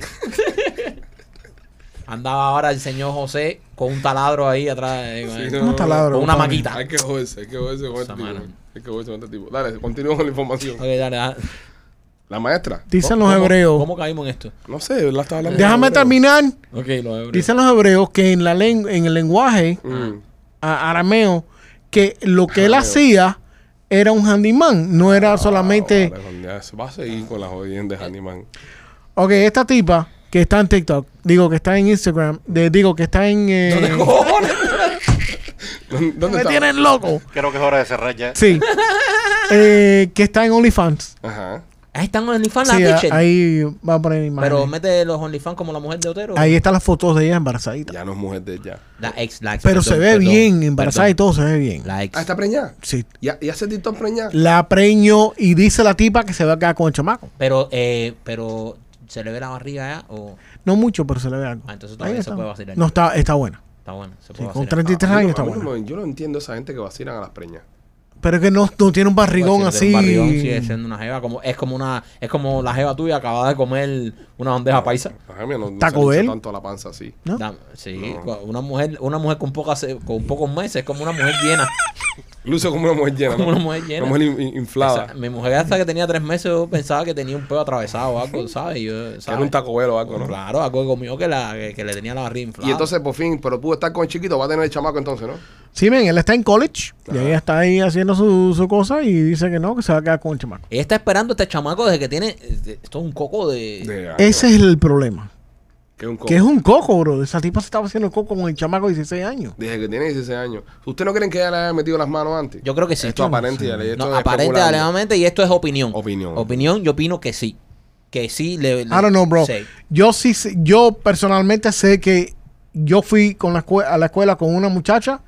G: Andaba ahora el señor José con un taladro ahí atrás. eh, con
A: Sí,
G: el-
A: no,
C: ¿Cómo está la
G: con
C: hora,
G: una
C: Gustavo?
G: maquita.
A: Hay que joderse, hay que joderse con este tipo.
G: Samana.
A: Hay que joderse con este tipo. Dale, continúa con la información.
G: Ok, dale, ah. dale.
A: La maestra.
C: Dicen los
G: ¿Cómo-
C: hebreos.
G: ¿Cómo caímos en esto?
A: No sé, la estaba hablando.
C: Déjame
A: Creo.
C: terminar.
G: Ok, los hebreos.
C: Dicen los hebreos que en, la len- en el lenguaje
A: Mm.
C: a- arameo, que lo que él hacía era un handyman, no era solamente.
A: Ah, vale, ya se va a seguir con las jodiendas, Animan.
C: Ok, esta tipa que está en TikTok, digo que está en Instagram, de- digo que está en. eh,
A: ¿Dónde
C: me
A: está?
C: tienen loco.
D: Creo que es hora de cerrar ya.
C: Sí. Eh, que está en OnlyFans.
A: Ajá.
G: Ahí están los OnlyFans,
C: Sí,
G: la
C: a-
G: Mitchell.
C: ahí va a poner imágenes.
G: Pero mete los OnlyFans como la mujer de Otero.
C: ahí están las fotos de ella embarazadita.
A: Ya no es mujer de ya.
G: La ex, la ex.
C: Pero se
G: perdón,
C: ve
G: perdón,
C: bien, embarazada
G: perdón.
C: y todo se ve bien.
G: La ex.
A: Ah, está preñada.
C: Sí.
A: Ya, ya se dictó preñada.
C: La preño y dice la tipa que se va a quedar con el chamaco.
G: Pero, eh, pero, ¿se le ve la barriga ya? O
C: No mucho, pero se le ve algo.
G: Ah, entonces todavía
C: Ahí
G: se
C: está.
G: puede vacilar.
C: No, está, está buena.
G: está bueno. Se
C: Sí,
G: puede
C: con
G: vacilar. Ah,
C: 33
A: A mí
C: años
A: no-
C: está
A: a mí no-
C: buena.
A: yo no entiendo a esa gente que vacilan a las preñas.
C: Pero es que no, no tiene un barrigón
G: Puede ser
C: así.
G: un barrigón, sigue siendo una jeva. Como, es, como una, es como la jeva tuya acabada de comer una bandeja paisa.
A: Ajá, mira, no, no
C: Taco
A: se le hincha
C: Bell.
A: tanto la panza así.
C: ¿no?
G: Da- sí, cua- una mujer, una mujer con pocas, eh, con pocos meses, es como una mujer llena.
A: Luce como una mujer llena.
G: Como
A: ¿no?
G: una mujer llena.
A: Una mujer in- in- inflada.
G: Esa- mi mujer hasta que tenía tres meses yo pensaba que tenía un peo atravesado o algo, ¿sabes? Yo,
A: Que era un
G: ¿sabes?
A: taco Bell o algo, ¿no?
G: Claro, algo que comió que, la, que, que le tenía la barriga inflada.
A: Y entonces, por fin, pero pudo estar con el chiquito, va a tener el chamaco entonces, ¿no?
C: Sí, ven, él está en college. Y ella está ahí haciendo su, su cosa y dice que no, que se va a quedar con el chamaco.
G: Ella está esperando a este chamaco desde que tiene. eh, de- Esto es un coco de.
A: De año.
C: Ese es el problema.
A: Que es un coco.
C: Que es un coco, bro. Esa tipa se estaba haciendo el coco con el chamaco de 16 años.
A: Desde que tiene 16 años. ¿Ustedes no creen que ella le haya metido las manos antes?
G: Yo creo que sí.
A: Esto aparente, dale, esto
G: No,
A: es
G: aparente,
A: especulando.
G: alegadamente, y esto es opinión.
A: Opinión.
G: Opinión, yo opino que sí. Que sí le. le-
C: I don't know, bro.
G: sí.
C: Yo sí, sé- yo personalmente sé que yo fui con la escue- a la escuela con una muchacha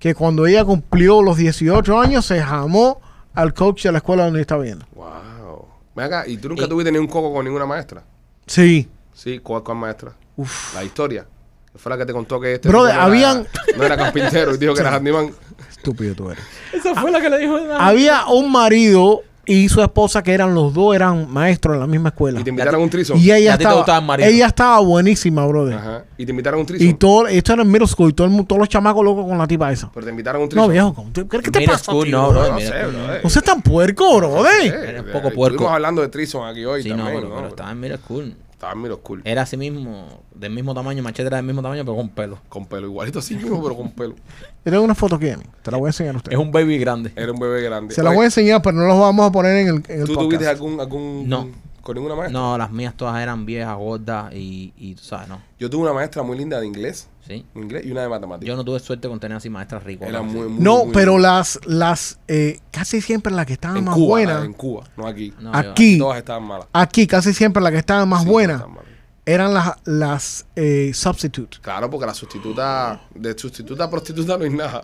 C: que cuando ella cumplió los 18 años se jamó al coach de la escuela donde estaba viendo.
A: Wow. Ven acá, ¿y tú nunca
G: Y-
A: tuviste ni un coco con ninguna maestra?
C: Sí.
A: Sí, ¿cuál, cuál maestra?
C: Uf.
A: La historia. que fue la que te contó que este.
C: Brother,
A: tipo no era-
C: habían-
A: No era carpintero y dijo que era handyman.
C: Estúpido tú eres.
G: Esa fue la que le dijo. a
C: Había un marido y su esposa que eran los dos, eran maestros en la misma escuela.
A: Y te invitaron a un trizo.
C: Y
G: ¿Y
C: ella
G: a ti te gustaban
C: estaba,
G: maridos?
C: ella estaba buenísima, brother.
A: Ajá. Y te invitaron a un trizo.
C: Y todo, esto era en middle school y todo el mundo, todos los chamacos locos con la tipa esa.
A: Pero te invitaron a un trizo.
C: No, viejo, ¿cómo te- ¿qué, qué te
G: Middle
C: pasa?
G: school,
C: tío?
G: no, brother,
A: No
G: mira,
A: sé, bro. eh.
C: No seas tan puerco, brother.
A: Eh,
G: Era un
A: eh,
G: poco puerco.
A: Estuvimos hablando de Trison aquí hoy
G: Sí, no,
A: también.
G: pero,
A: ¿no?
G: pero estaba en Mira Cool.
A: Estaba en Miro Cool.
G: Era así mismo, del mismo tamaño, Machete era del mismo tamaño, pero con pelo.
A: Con pelo, igualito así mismo, pero con pelo.
C: Yo tengo una foto aquí de mí. Te la voy a enseñar a usted.
G: Es un baby grande.
A: Era un bebé grande.
C: Se la
A: Oye,
C: voy a enseñar, pero no los vamos a poner en el, en el
A: ¿Tú
C: podcast.
A: tuviste algún, algún.
G: No.
A: Con ninguna maestra?
G: No, las mías todas eran viejas, gordas y, y tú sabes, ¿no?
A: Yo tuve una maestra muy linda de inglés.
G: Sí.
A: Inglés y una de matemáticas.
G: Yo no tuve suerte con tener así maestras ricas.
A: Era muy, muy.
C: No,
A: muy
C: pero
A: linda.
C: las, las, eh, casi siempre las que estaban
A: En
C: más
A: Cuba,
C: buenas,
A: la- en Cuba, no aquí.
G: No,
C: aquí,
A: Todas estaban malas.
C: aquí casi siempre las que estaban más
A: Sí,
C: buenas,
A: todas estaban malas.
C: eran las, las eh, substitute.
A: Claro, porque la sustituta. De sustituta a prostituta no hay nada.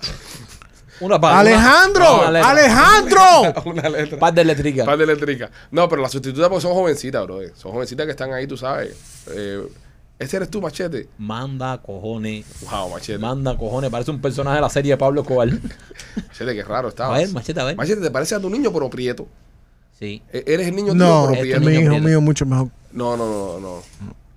G: Una
C: ¡Alejandro!
G: una- una letra.
C: ¡Alejandro!
A: una letra.
G: Par de eléctricas.
A: Par de eléctrica. No, pero las sustitutas porque son jovencitas, bro. eh. Son jovencitas que están ahí, tú sabes. Eh, ese eres tú, machete.
G: Manda cojones.
A: Wow, machete.
G: Manda cojones. Parece un personaje de la serie de Pablo Escobar.
A: Machete, qué raro
G: A
A: estabas.
G: ver, machete, a ver.
A: Machete, ¿te parece a tu niño pero prieto?
G: Sí.
A: E- Eres el niño
C: No,
A: tuyo pero
G: este
A: prieto.
G: niño
C: mi hijo
G: prieto.
C: mío mucho mejor.
A: No, no, no, no.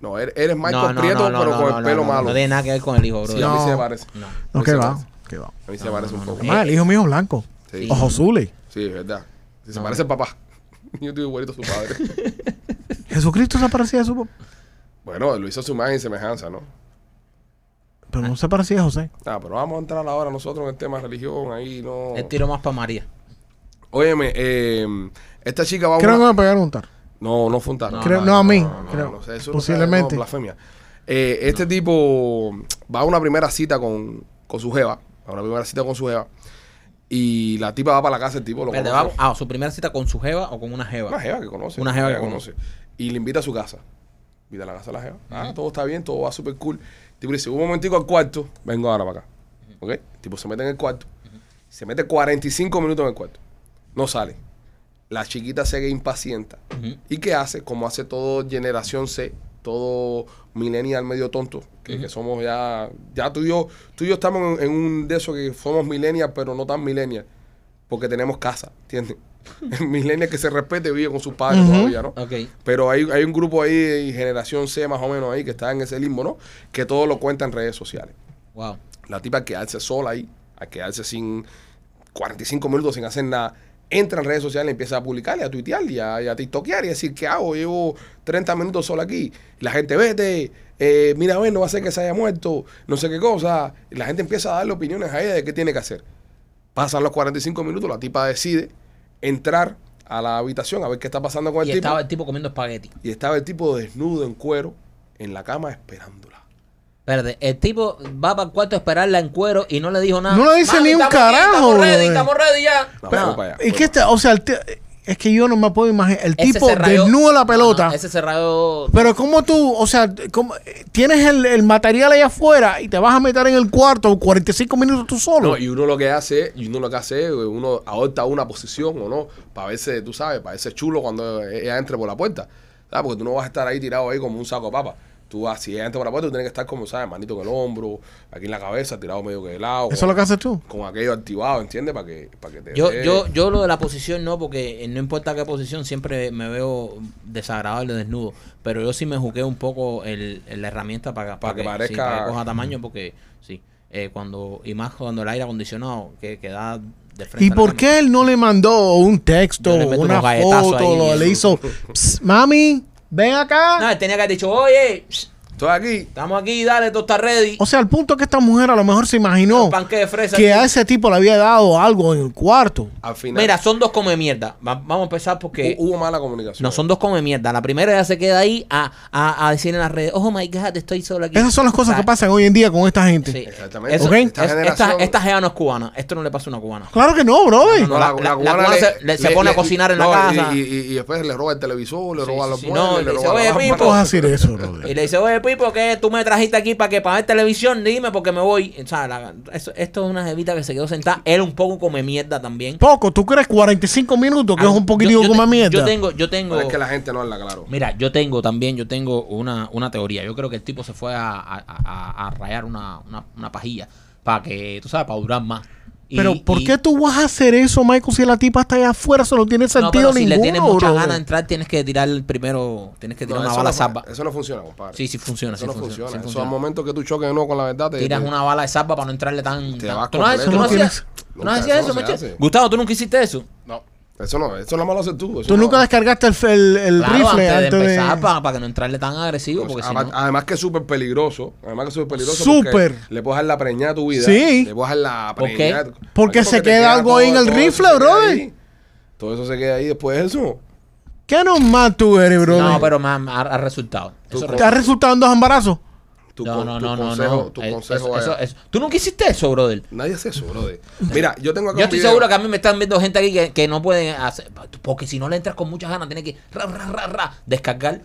A: No, er- eres Michael Prieto, pero con el pelo
G: no,
A: malo.
G: No tiene nada que ver con el hijo, bro.
A: Sí, a mí
C: No.
A: se me parece.
G: No.
C: No,
A: Ese
C: que
A: más.
C: va, que va.
A: A mí se me parece un poco.
C: Además, el hijo mío es blanco.
A: Sí.
C: Ojos azules.
A: Sí, es verdad. Sí, Se parece al papá. Yo tuve igualito a su padre.
C: Jesucristo se parecía a su pap-
A: bueno, lo hizo a su imagen y semejanza, ¿no?
C: Pero no se parecía a José.
A: Ah, pero vamos a entrar ahora nosotros en el tema religión, ahí no.
G: Él tiró Este más para María.
A: Óyeme, eh, esta chica va a
C: Creo que
A: una-
C: me pegaron un tarro.
A: No, no fue un tarro.
C: Creo- no, a mí, creo.
A: no sé, eso no
C: Posiblemente.
A: sea- no, blasfemia. Eh, este tipo va a una primera cita con, con su jeva. A una primera cita con su jeva. Y la tipa va para la casa, el tipo lo
G: Espérate,
A: conoce.
G: vamos a su primera cita con su jeva o con una jeva.
A: Una jeva que conoce.
G: Una jeva que conoce.
A: Y le invita a su casa. Invita a la casa a la jeva. Ah, todo está bien, todo va súper cool. El tipo le dice, un momentico al cuarto, vengo ahora para acá. ¿Ok? El tipo se mete en el cuarto. Se mete 45 minutos en el cuarto. No sale. La chiquita sigue impacienta.
G: Ujú.
A: ¿Y qué hace? Como hace todo generación C, todo millennial medio tonto, que, que somos ya, ya tú y yo, tú y yo estamos en, en un de esos que somos millennial, pero no tan millennial, porque tenemos casa, ¿entiendes? El millennial que se respete vive con sus padres todavía, ¿no?
G: Ok.
A: Pero hay, hay un grupo ahí, de generación C más o menos ahí, que está en ese limbo, ¿no? Que todo lo cuenta en redes sociales.
G: Wow.
A: La tipa quedarse sola ahí, a quedarse sin 45 minutos sin hacer nada. Entra en redes sociales, empieza a publicar y a tuitear y a, y a tiktokear y a decir, ¿qué hago? Llevo 30 minutos sola aquí. Y la gente, vete, eh, mira, a ver, no va a ser que se haya muerto, no sé qué cosa. Y la gente empieza a darle opiniones a ella de qué tiene que hacer. Pasan los 45 minutos, la tipa decide entrar a la habitación a ver qué está pasando con el
G: Y
A: tipo.
G: estaba el tipo comiendo espagueti.
A: Y estaba el tipo desnudo en cuero en la cama esperándola.
G: Espérate, el tipo va para el cuarto a esperarla en cuero y no le dijo nada.
C: No le dice ni un
G: estamos aquí,
C: carajo,
G: Estamos ready,
C: brother.
G: estamos ready ya.
A: No,
G: Nada.
A: fue para allá,
C: Y
A: fue
C: que este, o sea, el ti- es que yo no me puedo imaginar. El
G: Ese
C: tipo
G: se rayó-
C: desnuda
G: No,
C: la pelota.
G: no, ese cerrado.
C: Pero como tú, o sea, como, tienes el, el material allá afuera y te vas a meter en el cuarto 45 minutos tú solo.
A: No, y uno lo que hace, y uno lo que hace, es, uno adopta una posición o no, para verse, tú sabes, para verse chulo cuando ella entre por la puerta. ¿Sabes? Porque tú no vas a estar ahí tirado ahí como un saco de papa. Tú vas, si ella entra por la puerta, tú tienes que estar como, ¿sabes? Manito con el hombro, aquí en la cabeza, tirado medio que de lado.
C: Eso es lo que haces tú.
A: Con aquello activado, ¿entiendes? Para que, para que te
G: Yo,
A: dé-
G: yo, yo lo de la posición no, porque eh, no importa qué posición, siempre me veo desagradable desnudo. Pero yo sí me jugué un poco el, el- la herramienta para,
A: Para que
G: sí,
A: parezca-
G: para que coja tamaño, porque sí. eh, cuando, y más cuando el aire acondicionado que, que da de frente.
C: ¿Y
G: a la
C: por
G: cama.
C: qué él no le mandó un texto,
G: Yo le meto
C: una
G: unos galletazos
C: foto,
G: ahí.
C: lo- le hizo, "Psst, mami, ven
G: No,
C: acá?
G: él tenía que haber dicho, oye, psh,
A: Estoy aquí.
G: estamos aquí, dale, tú estás ready.
C: O sea, al punto que esta mujer a lo mejor se imaginó
G: Un panque de fresa.
C: que a ese tipo le había dado algo en el cuarto.
A: Al final. Uh,
G: Mira, son dos come mierda. Va- vamos a empezar porque.
A: hu- hubo mala comunicación.
G: No, son dos come mierda. La primera ya se queda ahí a, a, a decir en las redes, oh my god, estoy solo aquí.
C: Esas son las cosas
G: O sea,
C: que pasan hoy en día con esta gente.
G: Sí.
A: Exactamente.
G: Eso-
C: Ok.
G: es-
A: Esta
G: esta, esta,
A: generación-
G: jeva no es cubana. Esto no le pasa a una cubana.
C: Claro que no, brother.
G: No, la- la- la cubana se- le- se pone a cocinar en la
A: no, y-
G: casa.
A: Y, y- y después le roba el televisor, le
G: Sí,
A: roba
G: sí,
A: los
G: sí.
A: muebles,
G: No,
A: le
G: le dice,
A: roba
G: "Oye,
A: la
G: Pipo".
A: lámpara.
C: ¿Cómo vas a decir eso,
G: Y
C: brother?
G: le dice, oye, Pipo, que tú me trajiste aquí para que pagar televisión, dime porque me voy. O sea, la- eso- esto es una jevita que se quedó sentada. Era un poco come mierda también.
C: Poco, ¿tú crees 45 minutos que es un poquitico
G: Yo- yo
C: como
G: te-
C: mierda?
G: Yo tengo, yo tengo.
A: Pero es que la gente no habla claro.
G: Mira, yo tengo también, yo tengo una, una teoría. Yo creo que el tipo se fue a, a- a- a rayar una, una, una pajilla para que, tú sabes, para durar más. Y-
C: Pero ¿por
G: y-
C: qué tú vas a hacer eso, Michael, si la tipa está allá afuera? Eso no tiene
G: No,
C: sentido
G: pero si
C: ninguno,
G: le tienes muchas
C: brother.
G: ganas de entrar, tienes que tirar el primero, tienes que
A: No,
G: tirar una
A: eso,
G: bala
A: no,
G: salva.
A: eso no funciona, compadre.
G: Sí, sí funciona,
A: Eso
G: sí
A: no
G: funciona,
A: funciona.
G: sí
A: Eso
G: funciona.
A: al momento que tú choques de nuevo con la verdad, te,
G: Tiras
A: te-
G: una bala de salva para no entrarle tan.
A: Te
G: tan-
A: vas
G: ¿Tú no, haces-
A: completo.
G: tú no
C: Eso no
G: hacías, tú no
A: Nunca,
G: hacías
A: eso
G: eso,
A: no se
G: Meche?
A: hace.
G: Gustavo, tú nunca hiciste eso.
D: No.
A: Eso no, eso nada más lo haces tú. eso
C: Tú
A: no-
C: nunca descargaste el, f- el- el
G: Claro,
C: rifle
G: antes de empezar,
C: de-
G: para, para que no entrarle tan agresivo, porque si
A: Pues, Además,
G: no.
A: además que es súper peligroso. Además que es súper peligroso.
C: Súper.
A: porque Le puedes dejar la preñada a tu vida.
C: Sí.
A: Le puedes dejar la
G: ¿Por qué?
A: preñada.
C: Porque se
A: te
C: queda algo
A: todo-
C: ahí en el
A: todo eso
C: rifle,
A: se queda
C: brother.
A: ahí. Todo eso se queda ahí después de eso.
C: ¿Qué normal tú eres, bro?
G: No, pero me ha, me ha- ha resultado.
A: Tú
G: Eso
A: con-
C: ¿Te ha resultado en dos embarazos?
A: Tu,
G: no,
A: con-
G: no,
A: tu
G: no, no,
A: consejo,
G: no.
A: Tu
G: Eh,
A: consejo
G: eso-
A: vaya.
G: eso- eso- Tú nunca hiciste eso, brother.
A: Nadie hace eso, brother. Mira, yo tengo acá
G: Yo
A: un
G: estoy
A: video.
G: seguro que a mí me están viendo gente aquí que, que no pueden hacer. Porque si no le entras con muchas ganas, tiene que ra, ra, ra, ra, descargar,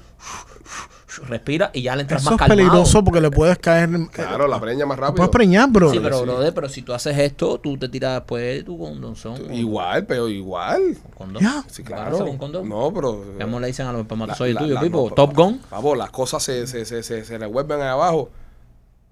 G: respira y ya le entras
C: Eso es
G: más calmado.
C: peligroso porque le puedes caer...
A: Claro, la preña más
C: Te puedes
A: rápido.
C: preñar, bro.
G: Sí, pero
A: sí.
G: brother, pero si tú haces esto, tú te tiras después tú con un donzón. con-
A: Igual, pero igual.
G: con condón.
C: Ya.
A: Sí,
G: ¿Embarazas
A: claro.
G: Con condón.
A: No, pero.
G: Ya me le dicen a los
A: La-
G: espermatozoides
A: la-
G: tuyos,
A: la-
G: Pipo.
A: no,
G: Top Gun.
A: Pavo, las cosas se, se, se, se, se revuelven ahí abajo.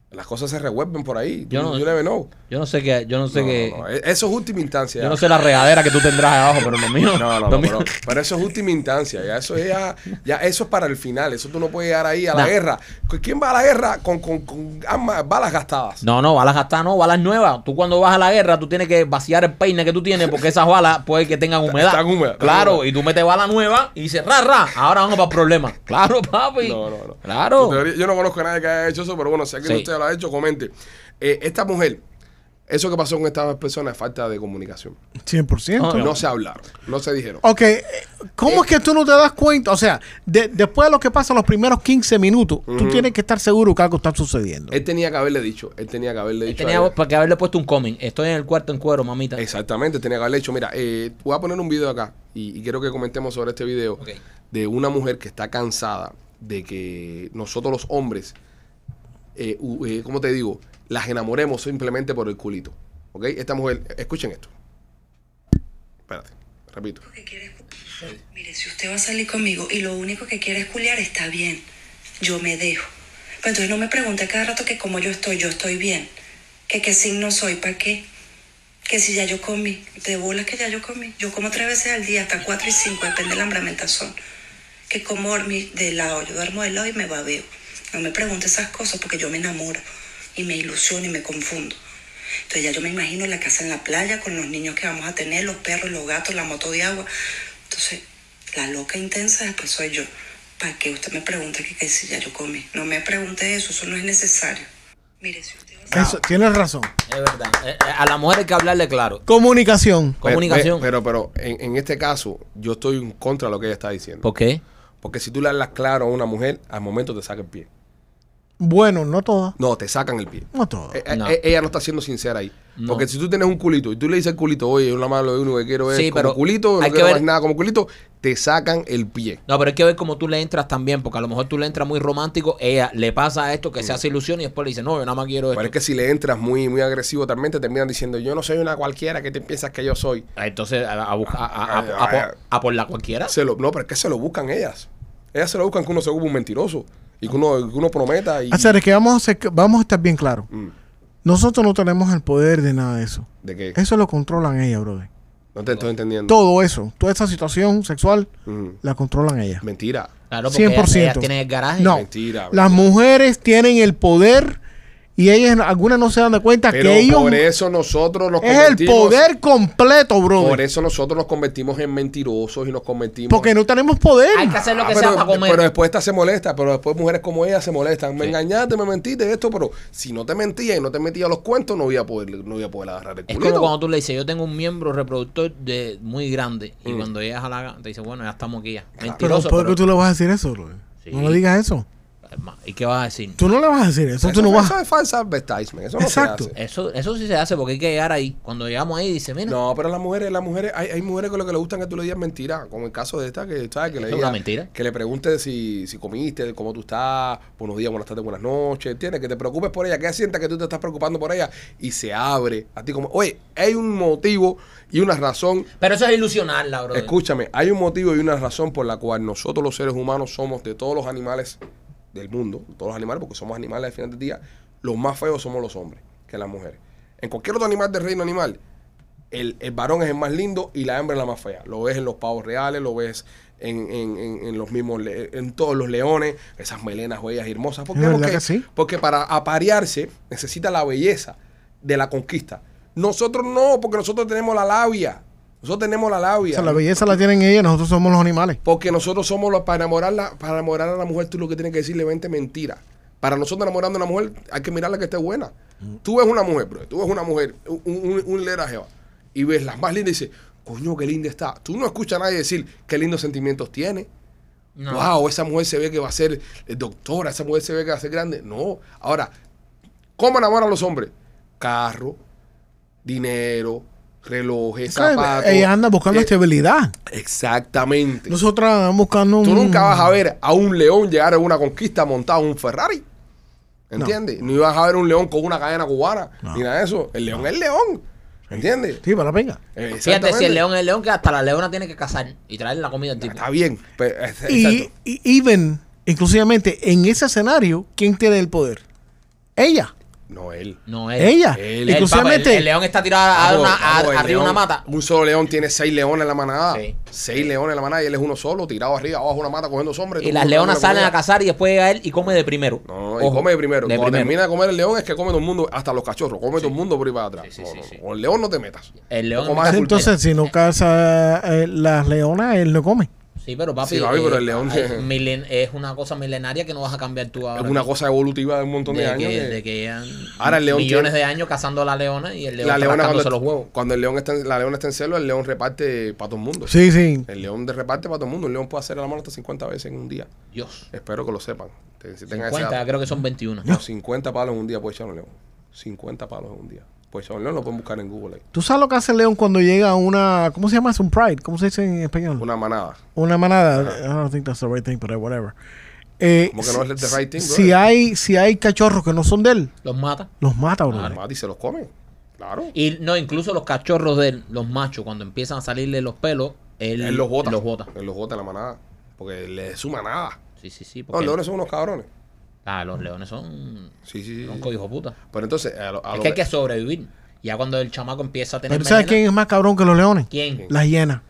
A: Las cosas se revuelven por ahí.
G: Yo
A: Yo
G: no-
A: no, you never know.
G: Yo no sé qué, yo no sé
A: No,
G: qué.
A: no, no. E- Eso es última instancia.
G: Yo no sé la regadera que tú tendrás ahí abajo, pero lo mío.
A: No, no,
G: lo
A: no,
G: mío-
A: pero, pero eso es última instancia. Ya eso es ya, ya eso es para el final. Eso tú no puedes llegar ahí a la
G: Nah.
A: guerra. ¿Quién va a la guerra con, con, con armas, balas gastadas?
G: No, no, balas gastadas no, balas nuevas. Tú cuando vas a la guerra, tú tienes que vaciar el peine que tú tienes porque esas balas puede que tengan humedad.
A: están húmedas, están
G: Claro,
A: húmedas.
G: y tú metes bala nueva y dices, ra, ra, ahora vamos para el problema. Claro, papi.
A: No, no, no.
G: Claro.
A: Tu teoría- yo no conozco a nadie que haya hecho eso, pero bueno, si alguien
G: Sí.
A: de ustedes lo ha hecho, comente. Eh, esta mujer, eso que pasó con estas personas es falta de comunicación.
C: 100%.
G: No,
A: No se hablaron, no se dijeron.
C: Ok, eh, ¿cómo es que tú no te das cuenta? O sea, de- después de lo que pasa los primeros 15 minutos, tú tienes que estar seguro que algo está sucediendo.
A: Él tenía que haberle dicho, él tenía que haberle
G: Él
A: dicho. a
G: Tenía
A: ella.
G: para que haberle puesto un comment. Estoy en el cuarto en cuero, mamita.
A: Exactamente, tenía que haberle hecho. Mira, eh, voy a poner un video acá y, y quiero que comentemos sobre este video
G: Ok.
A: de una mujer que está cansada de que nosotros los hombres, eh, u- eh, ¿cómo te digo? Las enamoremos simplemente por el culito. ¿Ok? Esta mujer, escuchen esto. Espérate, repito.
H: que quiere es culiar. Mire, si usted va a salir conmigo y lo único que quiere es culiar, está bien. Yo me dejo. Pero entonces no me pregunte cada rato que como yo estoy, yo estoy bien. Que qué signo soy, ¿para qué? Que si ya yo comí, de bolas que ya yo comí. Yo como tres veces al día, hasta cuatro y cinco, depende de la hambramentación. Que como dormir de lado, yo duermo de lado y me babeo. No me pregunte esas cosas porque yo me enamoro y me ilusiono y me confundo. Entonces ya yo me imagino la casa en la playa con los niños que vamos a tener, los perros, los gatos, la moto de agua. Entonces, la loca intensa después soy yo. ¿Para que usted me pregunte que, que si ya yo comí? No me pregunte eso, eso no es necesario. Mire, si usted va a
C: Eso, tienes razón.
G: Es verdad. Eh, eh, A la mujer hay que hablarle claro.
C: Comunicación.
A: Pero-
G: Comunicación.
A: Pero, pero, en, en este caso, yo estoy en contra de lo que ella está diciendo.
G: ¿Por qué?
A: Porque si tú le hablas claro a una mujer, al momento te saca el pie.
C: Bueno, no todas.
A: No, te sacan el pie.
C: No todas.
A: Eh, eh,
G: No.
A: eh, Ella no está siendo sincera ahí.
G: No.
A: Porque si tú tienes un culito y tú le dices al culito, oye, yo nada más lo único que quiero es
G: Sí,
A: como
G: pero
A: culito, no
G: hay que
A: quiero
G: ver-
A: más nada como culito, te sacan el pie.
G: No, pero hay que ver cómo tú le entras también, porque a lo mejor tú le entras muy romántico, ella le pasa esto,
A: Mm.
G: que se hace ilusión y después le dice, no, yo nada más quiero esto.
A: Pero es que si le entras muy, muy agresivo también, te terminan diciendo, yo no soy una cualquiera que te piensas que yo soy.
G: Ah, Entonces, a, a busca- a- a- a-
A: Ay,
G: a-
A: ay,
G: por- a por la cualquiera.
A: ah, Se lo, no, pero es que se lo buscan ellas. Ellas se lo buscan que uno se ocupe un mentiroso y que uno, que uno prometa y
C: O sea, es que vamos a, ser- vamos a estar bien claros.
A: Mm.
C: Nosotros no tenemos el poder de nada de eso.
A: de que
C: Eso lo controlan ellas, brother.
A: no te estoy entendiendo.
C: Todo eso, toda esa situación sexual,
A: Mm.
C: la controlan ellas.
A: Mentira.
G: Claro, porque ellas,
C: 100%.
G: ellas tienen el garaje.
C: No.
A: Mentira.
C: Las mujeres tienen el poder y ellas, algunas no se dan de cuenta
A: Pero
C: que ellos...
A: por eso nosotros nos
C: Es el
A: convertimos-
C: poder completo, brother.
A: Por eso nosotros nos convertimos en mentirosos y nos convertimos
C: Porque no tenemos poder.
G: Hay que hacer lo
A: Ah,
G: que
A: pero,
G: sea para comer.
A: pero después esta se molesta, pero después mujeres como ella se molestan. Me engañaste, me mentiste, esto, pero si no te mentía y no te metía los cuentos, no voy a poder, no voy a poder agarrar el
G: es
A: culito.
G: como cuando tú le dices, yo tengo un miembro reproductor de muy grande.
A: Mm.
G: Y cuando llegas a la te dice, bueno, ya estamos aquí ya.
C: Pero
G: Mentiroso.
C: ¿por
G: pero-
C: qué tú le vas a decir eso, brother?
G: Sí.
C: No le digas eso.
G: ma- ¿Y qué vas a decir?
C: Tú no le vas a decir eso, tú
A: Eso-
C: no vas
A: eso es falsa advertisement. Eso no se
C: Exacto.
A: hace.
G: Eso, eso sí se hace porque hay que llegar ahí. Cuando llegamos ahí, dice, mira,
A: No, pero las mujeres, las mujeres, hay, hay mujeres con las que le gustan que tú le digas mentira, como el caso de esta que sabes que le
G: ¿Esto es
A: diga-
G: una mentira?
A: que le pregunte si, si comiste, cómo tú estás, buenos días, buenas tardes, buenas noches, ¿entiendes? Que te preocupes por ella, que ella sienta que tú te estás preocupando por ella y se abre a ti como, oye, hay un motivo y una razón
G: pero eso es ilusionarla, bro.
A: Escúchame, hay un motivo y una razón por la cual nosotros los seres humanos somos de todos los animales del mundo, todos los animales, porque somos animales al final del día, los más feos somos los hombres que las mujeres. En cualquier otro animal del reino animal, el, el varón es el más lindo y la hembra es la más fea. Lo ves en los pavos reales, lo ves en, en- en- en los mismos, le- en todos los leones, esas melenas bellas y hermosas. ¿Por
C: Es
A: qué?
C: verdad
A: Porque,
C: que sí.
A: porque para aparearse necesita la belleza de la conquista. Nosotros no, porque nosotros tenemos la labia. Nosotros tenemos la labia.
C: O sea, la belleza la tienen ellos, nosotros somos los animales.
A: Porque nosotros somos los para enamorarla, para enamorar a la mujer, tú lo que tienes que decirle vente mentira. Para nosotros enamorando a una mujer, hay que mirarla que esté buena.
C: Mm.
A: Tú ves una mujer, bro, tú ves una mujer, un, un, un lera jeva, y ves las más lindas y dices, coño, qué linda está. Tú no escuchas a nadie decir qué lindos sentimientos tiene.
G: No.
A: Wow, esa mujer se ve que va a ser eh, doctora, esa mujer se ve que va a ser grande. No. Ahora, ¿cómo enamoran los hombres? Carro, dinero, relojes, zapatos.
C: Ella anda buscando este-
A: Eh,
C: estabilidad.
A: Exactamente.
C: Nosotros andamos buscando un...
A: Tú nunca vas a ver a un león llegar a una conquista montado en un Ferrari. ¿Entiendes? No. ibas a ver un león con una cadena cubana, ni nada de eso. El león es león. ¿Entiendes?
C: Sí, para la pinga.
A: Eh,
G: Fíjate, si
A: exactamente.
G: el león es el león, que hasta la leona tiene que cazar y traer la comida al tipo.
A: Está bien. pe- es-
C: Y,
A: exacto.
C: y even, inclusivamente, en ese escenario, ¿quién tiene el poder? Ella.
A: No, él.
G: No, él.
C: Ella.
A: él.
G: El, papa,
C: Inclusivamente-
G: el- el león está tirado a, a
A: Vamos,
G: una- a-
A: vamos, el
G: arriba de una
A: león-
G: mata.
A: Un solo león tiene seis leones en la manada.
G: Sí.
A: Seis leones en la manada y él es uno solo, tirado arriba, abajo de una mata, cogiendo sombra.
G: Y las leonas salen a cazar y después llega él y come de primero.
A: No, y
G: Ojo,
A: come primero.
G: De
A: Cuando
G: primero.
A: termina de comer el león es que come todo el mundo, hasta los cachorros, come todo el mundo por ahí para atrás.
G: Sí, sí,
A: No,
G: sí,
A: no,
G: sí.
A: Con el león no te metas.
G: El león
A: Poco
G: es
A: más
G: más
A: de
G: cultura.
C: Entonces, si no caza eh, las leonas, él no come.
G: Sí, pero papi.
A: Sí, papi, pero el león-
G: ay, milen- es una cosa milenaria que no vas a cambiar tú ahora.
A: Es una cosa evolutiva de un montón de,
G: de,
A: años.
G: que,
A: que-
G: de que llevan
A: Ahora el león
G: millones
A: tiene-
G: de años cazando a la leona y el león
A: la leona
G: rascándose
A: cuando,
G: los huevos.
A: cuando el león está en, la leona está en celo, el león reparte para todo el mundo.
C: Sí, sí.
A: El león de reparte para todo el mundo. El león puede hacer la mano hasta 50 veces en un día.
G: Dios.
A: Espero que lo sepan. Te- si tengan ese
G: 50,
A: dato.
G: creo que son 21.
A: No, 50 palos en un día puede echar un león. 50 palos en un día. Puede echar un león, lo pueden buscar en Google. ahí.
C: ¿Tú sabes lo que hace el león cuando llega a una... ¿Cómo se llama eso? Un pride. ¿Cómo se dice en español? Una,
A: Una manada.
C: manada. I don't think that's the right thing, but whatever. Eh,
A: ¿Cómo que no es the right thing,
C: si
A: brother?
C: hay, si hay cachorros que no son de él,
G: Los mata.
C: los mata, bro.
A: Además, y se los come. Claro.
G: Y no, incluso los cachorros de él, los machos, cuando empiezan a salirle los pelos, él,
A: él los bota.
G: Los bota.
A: Él los bota en la manada. Porque él es su manada.
G: Sí, sí, sí.
A: No, los
G: Porque
A: leones son unos cabrones.
G: Ah, los leones son.
A: Sí, sí, sí.
G: Son cohijo puta.
A: Pero entonces, a lo- a
G: Es
A: lo
G: que hay que sobrevivir. Ya cuando el chamaco empieza a tener.
C: Pero ¿tú ¿sabes quién
G: melena-
C: es más cabrón que los leones?
G: ¿Quién?
C: Las hienas.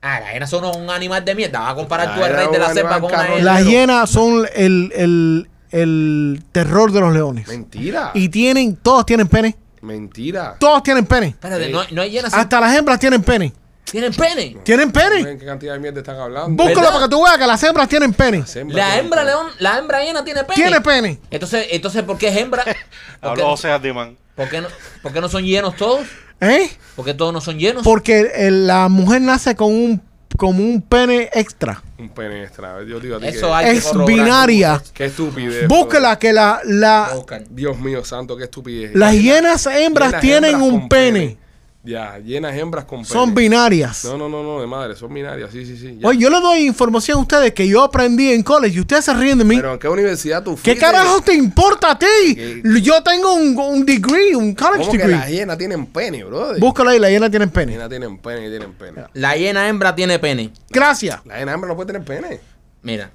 G: Ah, las hienas son un animal de mierda. Vas a comparar
A: La
G: tú al
A: hiena
G: rey
A: es
G: de
A: un
G: la selva
A: animal
G: con una
A: cabrón.
G: hiena.
A: La-
C: Las
A: Pero-
C: hienas son el, el, el terror de los leones.
A: Mentira.
C: Y tienen, todos tienen pene.
A: Mentira.
C: Todos tienen pene.
G: Espérate, no, no hay hienas.
C: Hasta las hembras tienen pene.
G: Tienen pene.
C: ¿Tienen pene?
A: ¿Ven qué cantidad de mierda están hablando?
C: Búscalo
G: ¿Verdad?
C: para que tú veas que las hembras tienen pene.
G: La hembra león, la hembra hiena tiene pene.
C: Tiene pene.
G: Entonces, entonces ¿por qué es hembra? ¿Por qué,
D: Habló José Adimán.
G: por qué no, por qué no son llenos todos?
C: ¿Eh?
G: ¿Por qué todos no son llenos?
C: Porque el- la mujer nace con un, con un pene extra.
A: Un pene extra. Yo digo a ti
G: Eso
A: que,
G: hay que
C: Es
G: corroborar.
C: binaria.
A: Qué estupidez.
C: Búscala que la, la,
G: Oscar.
A: Dios mío santo, qué estupidez.
C: las hienas hembras
A: Llenas
C: tienen
A: hembras
C: un
A: con
C: pene.
A: Ya, llenas hembras con pene.
C: Son binarias.
A: No, no, no, no, de madre, son binarias. Sí, sí, sí. ya.
C: Oye, yo le doy información a ustedes que yo aprendí en college y ustedes se ríen de mí.
A: Pero ¿en qué universidad tú
C: ¿Qué
A: fuiste?
C: carajo te importa a ti?
A: ¿Qué?
C: Yo tengo un, un degree, un college
A: ¿Cómo que las
C: degree.
A: hienas tienen pene, brother?
C: Búscala ahí, las hienas tienen
A: Las
C: pene.
A: hienas tienen pene, tienen pene.
G: La hiena hembra tiene pene.
C: Gracias.
A: La hiena hembra no puede tener pene.
G: Mira,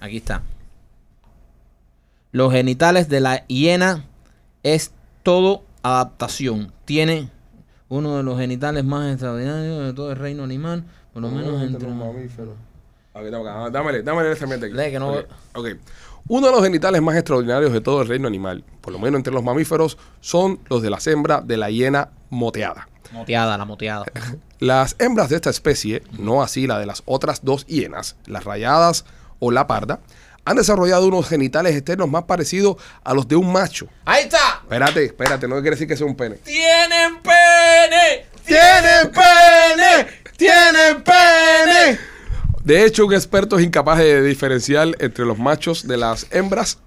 G: aquí está. Los genitales de la hiena es todo adaptación. Tiene uno de los genitales más extraordinarios de todo el reino animal, por lo menos entre...
A: A ver, dame acá, dámele, dámele esa mierda aquí.
G: Lee que no-
A: Ok, ok. Uno de los genitales más extraordinarios de todo el reino animal, por lo menos entre los mamíferos, son los de las hembras de la hiena moteada.
G: Moteada, la moteada.
A: Las hembras de esta especie, no así la de las otras dos hienas, las rayadas o la parda, han desarrollado unos genitales externos más parecidos a los de un macho.
G: ¡Ahí está!
A: Espérate, espérate, no quiere decir que sea un pene.
G: ¡Tienen pene!
A: ¡Tienen pene! ¡Tienen pene! De hecho, un experto es incapaz de diferenciar entre los machos de las hembras.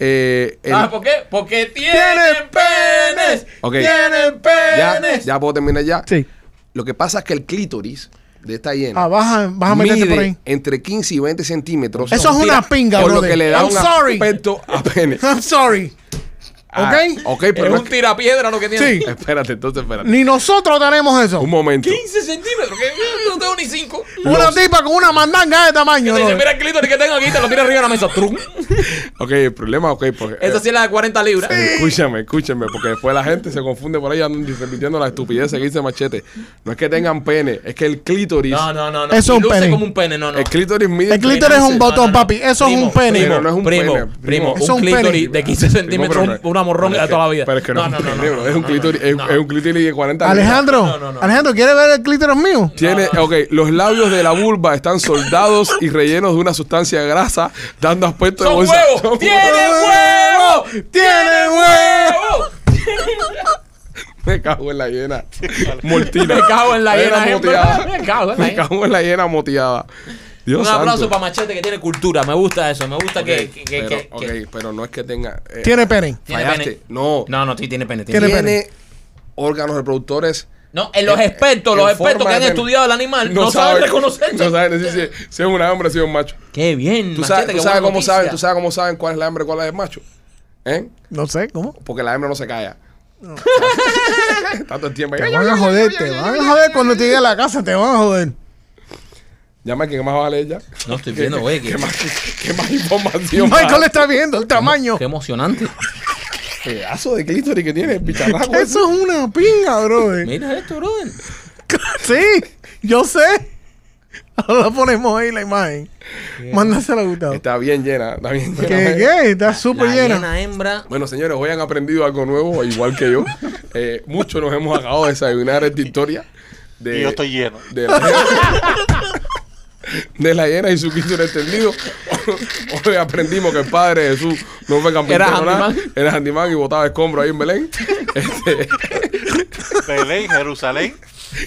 A: Eh, el-
G: Ah, ¿por qué? Porque
A: ¡Tienen
G: tienen penes.
A: Ok.
G: Tienen
A: ya,
G: penes.
A: ya puedo terminar ya.
C: Sí.
A: Lo que pasa es que el clítoris de esta hiena
C: Ah, baja, baja, métete por ahí.
A: mide entre 15 y 20 centímetros.
C: Eso es una pinga,
A: Por lo
C: brother.
A: que le da
C: I'm
A: un
C: sorry.
A: aspecto a pene.
C: I'm sorry.
A: Ah,
C: ¿Ok?
A: ok,
G: Es
A: pero no es
G: un tirapiedra lo que tiene.
C: Sí.
A: Espérate, entonces espérate.
C: Ni nosotros tenemos eso.
A: Un momento.
G: 15 centímetros. Que yo no tengo ni 5.
C: Una tipa con una mandanga de tamaño.
G: Te dice,
C: brother.
G: mira el clítoris que tengo aquí, te lo tira arriba de la mesa. Trum.
A: Ok, el problema, ok. Porque, eh,
G: Esa sí es la de 40 libras.
A: Escúchame, escúchame, porque después la gente se confunde por ahí andan repitiendo la estupidez que dice Machete. No es que tengan pene, es que el clítoris.
G: No, no, no. no.
C: Eso es
G: Y
C: un
G: luce
C: pene.
G: como un pene, no, no.
A: El clítoris mide.
C: El clítoris es un botón, papi. Eso es un pene.
A: Pero no es un
G: primo,
A: pene, primo.
G: Primo,
C: Eso es
G: un
C: un pene.
G: clítoris de 15
A: Primo,
G: centímetros,
A: pero-
G: un- una
A: pero
G: morronga de
A: es que-
G: toda la vida.
A: Pero es que no,
G: no,
A: es un
G: no,
A: pene, bro, es un
G: no,
A: clítoris,
G: no,
A: es,
G: no.
A: es un clítoris de 40 libras.
C: Alejandro,
G: No, no, no.
C: Alejandro, ¿quieres ver el clítoris mío?
A: Tiene, ok, los labios de la vulva están soldados y rellenos de una sustancia grasa, dando aspecto
G: ¡Son
A: de bolsa.
G: huevos!
A: Son
G: ¡Tiene
A: huevos.
G: huevos!
A: ¡Tiene huevos!
G: ¡Oh!
A: Me cago en la hiena. Mortina.
G: Me cago en la
A: Era
G: hiena, ejemplo.
A: moteada.
G: Me cago en la
A: Me
G: hiena.
A: cago en la hiena moteada. Dios
G: Un
A: santo.
G: aplauso para Machete que tiene cultura. Me gusta eso. Me gusta que- que. que-
A: pero,
G: que-
A: ok,
G: que-
A: pero no es que tenga. eh,
C: Tiene pene.
G: Tiene
A: fallaste.
G: pene.
A: No.
G: No, no, sí, tiene pene. Tiene
A: Tiene,
G: pene.
A: órganos reproductores.
G: No, en los
A: en-
G: expertos,
A: en
G: los
A: forma
G: expertos que
A: de
G: han
A: pene.
G: estudiado el animal no, saben reconocerse.
A: No saben decir si, si es una hembra o si es un macho.
G: Qué bien,
A: Tú
G: Machete.
A: sabes, tú
G: qué
A: sabes
G: buena
A: cómo saben,
G: noticia.
A: tú sabes cómo saben cuál es la hembra y cuál es el macho. ¿Eh?
C: No sé, ¿cómo?
A: Porque la hembra no se calla. Tanto tiempo.
C: Te van a joder, te van a joder cuando te llegue a la casa, te van a joder.
A: Ya, Michael, ¿qué más vas a leer ya?
G: No estoy viendo, güey.
A: ¿Qué
G: Qué,
A: más, qué más información?
C: Michael
A: más?
C: está viendo el tamaño.
G: qué emocionante.
A: Pedazo de clítoris que tiene, bicharraco.
C: Eso es una pinga, brother.
G: Mira esto, brother.
C: sí, yo sé. Ahora ponemos ahí la imagen. Mándasela a Gustavo.
A: Está bien llena, está bien
C: ¿Qué,
A: llena.
C: qué? Está
G: Este- La eh.
C: súper
G: hiena,
C: llena.
G: hembra.
A: Bueno, señores, hoy han aprendido algo nuevo, igual que yo. Eh, muchos nos hemos acabado de desayunar esta historia. De,
D: Y yo estoy lleno.
A: de la, de la hiena y su quinto entendido. Hoy apendimos que el padre de Jesús no fue campeón
G: Era
A: de nada.
G: handyman.
A: Era handyman y botaba escombro ahí en Belén. Este,
D: Belén, Jerusalén.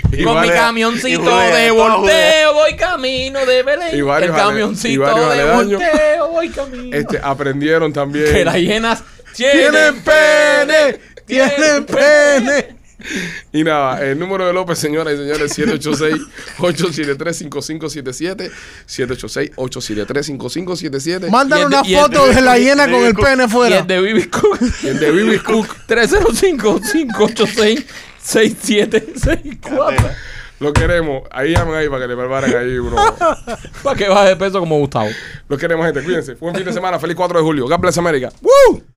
G: Con mi
A: varias-
D: y
G: camioncito
D: Judea,
G: de
D: toda
G: volteo, voy camino de Belén.
A: Y varios
G: el
A: ale- y
G: camioncito
A: varios
G: de
A: aledaños.
G: volteo, voy camino.
A: este, aprendieron también.
G: Que las hienas
A: ¡Tienen pene!
C: Tiene pene.
A: Y nada, el número de López, señoras y señores, 786-873-5577. 786-873-5577.
G: Y
C: Mándale
G: el de-
C: una
G: y el
C: foto
G: de-
C: de la hiena
D: y
C: con
D: el
C: el
D: cu-
C: pene
G: Y
C: fuera.
G: el de Bibi Cook.
A: Y el de Bibi Cook.
G: 305-586-6764.
A: Lo queremos. Ahí llaman ahí para que le preparen ahí uno.
G: Para que baje de peso como Gustavo.
A: Lo queremos, gente. Cuídense. Fue un fin de semana. Feliz 4 de julio. God bless America. ¡Woo!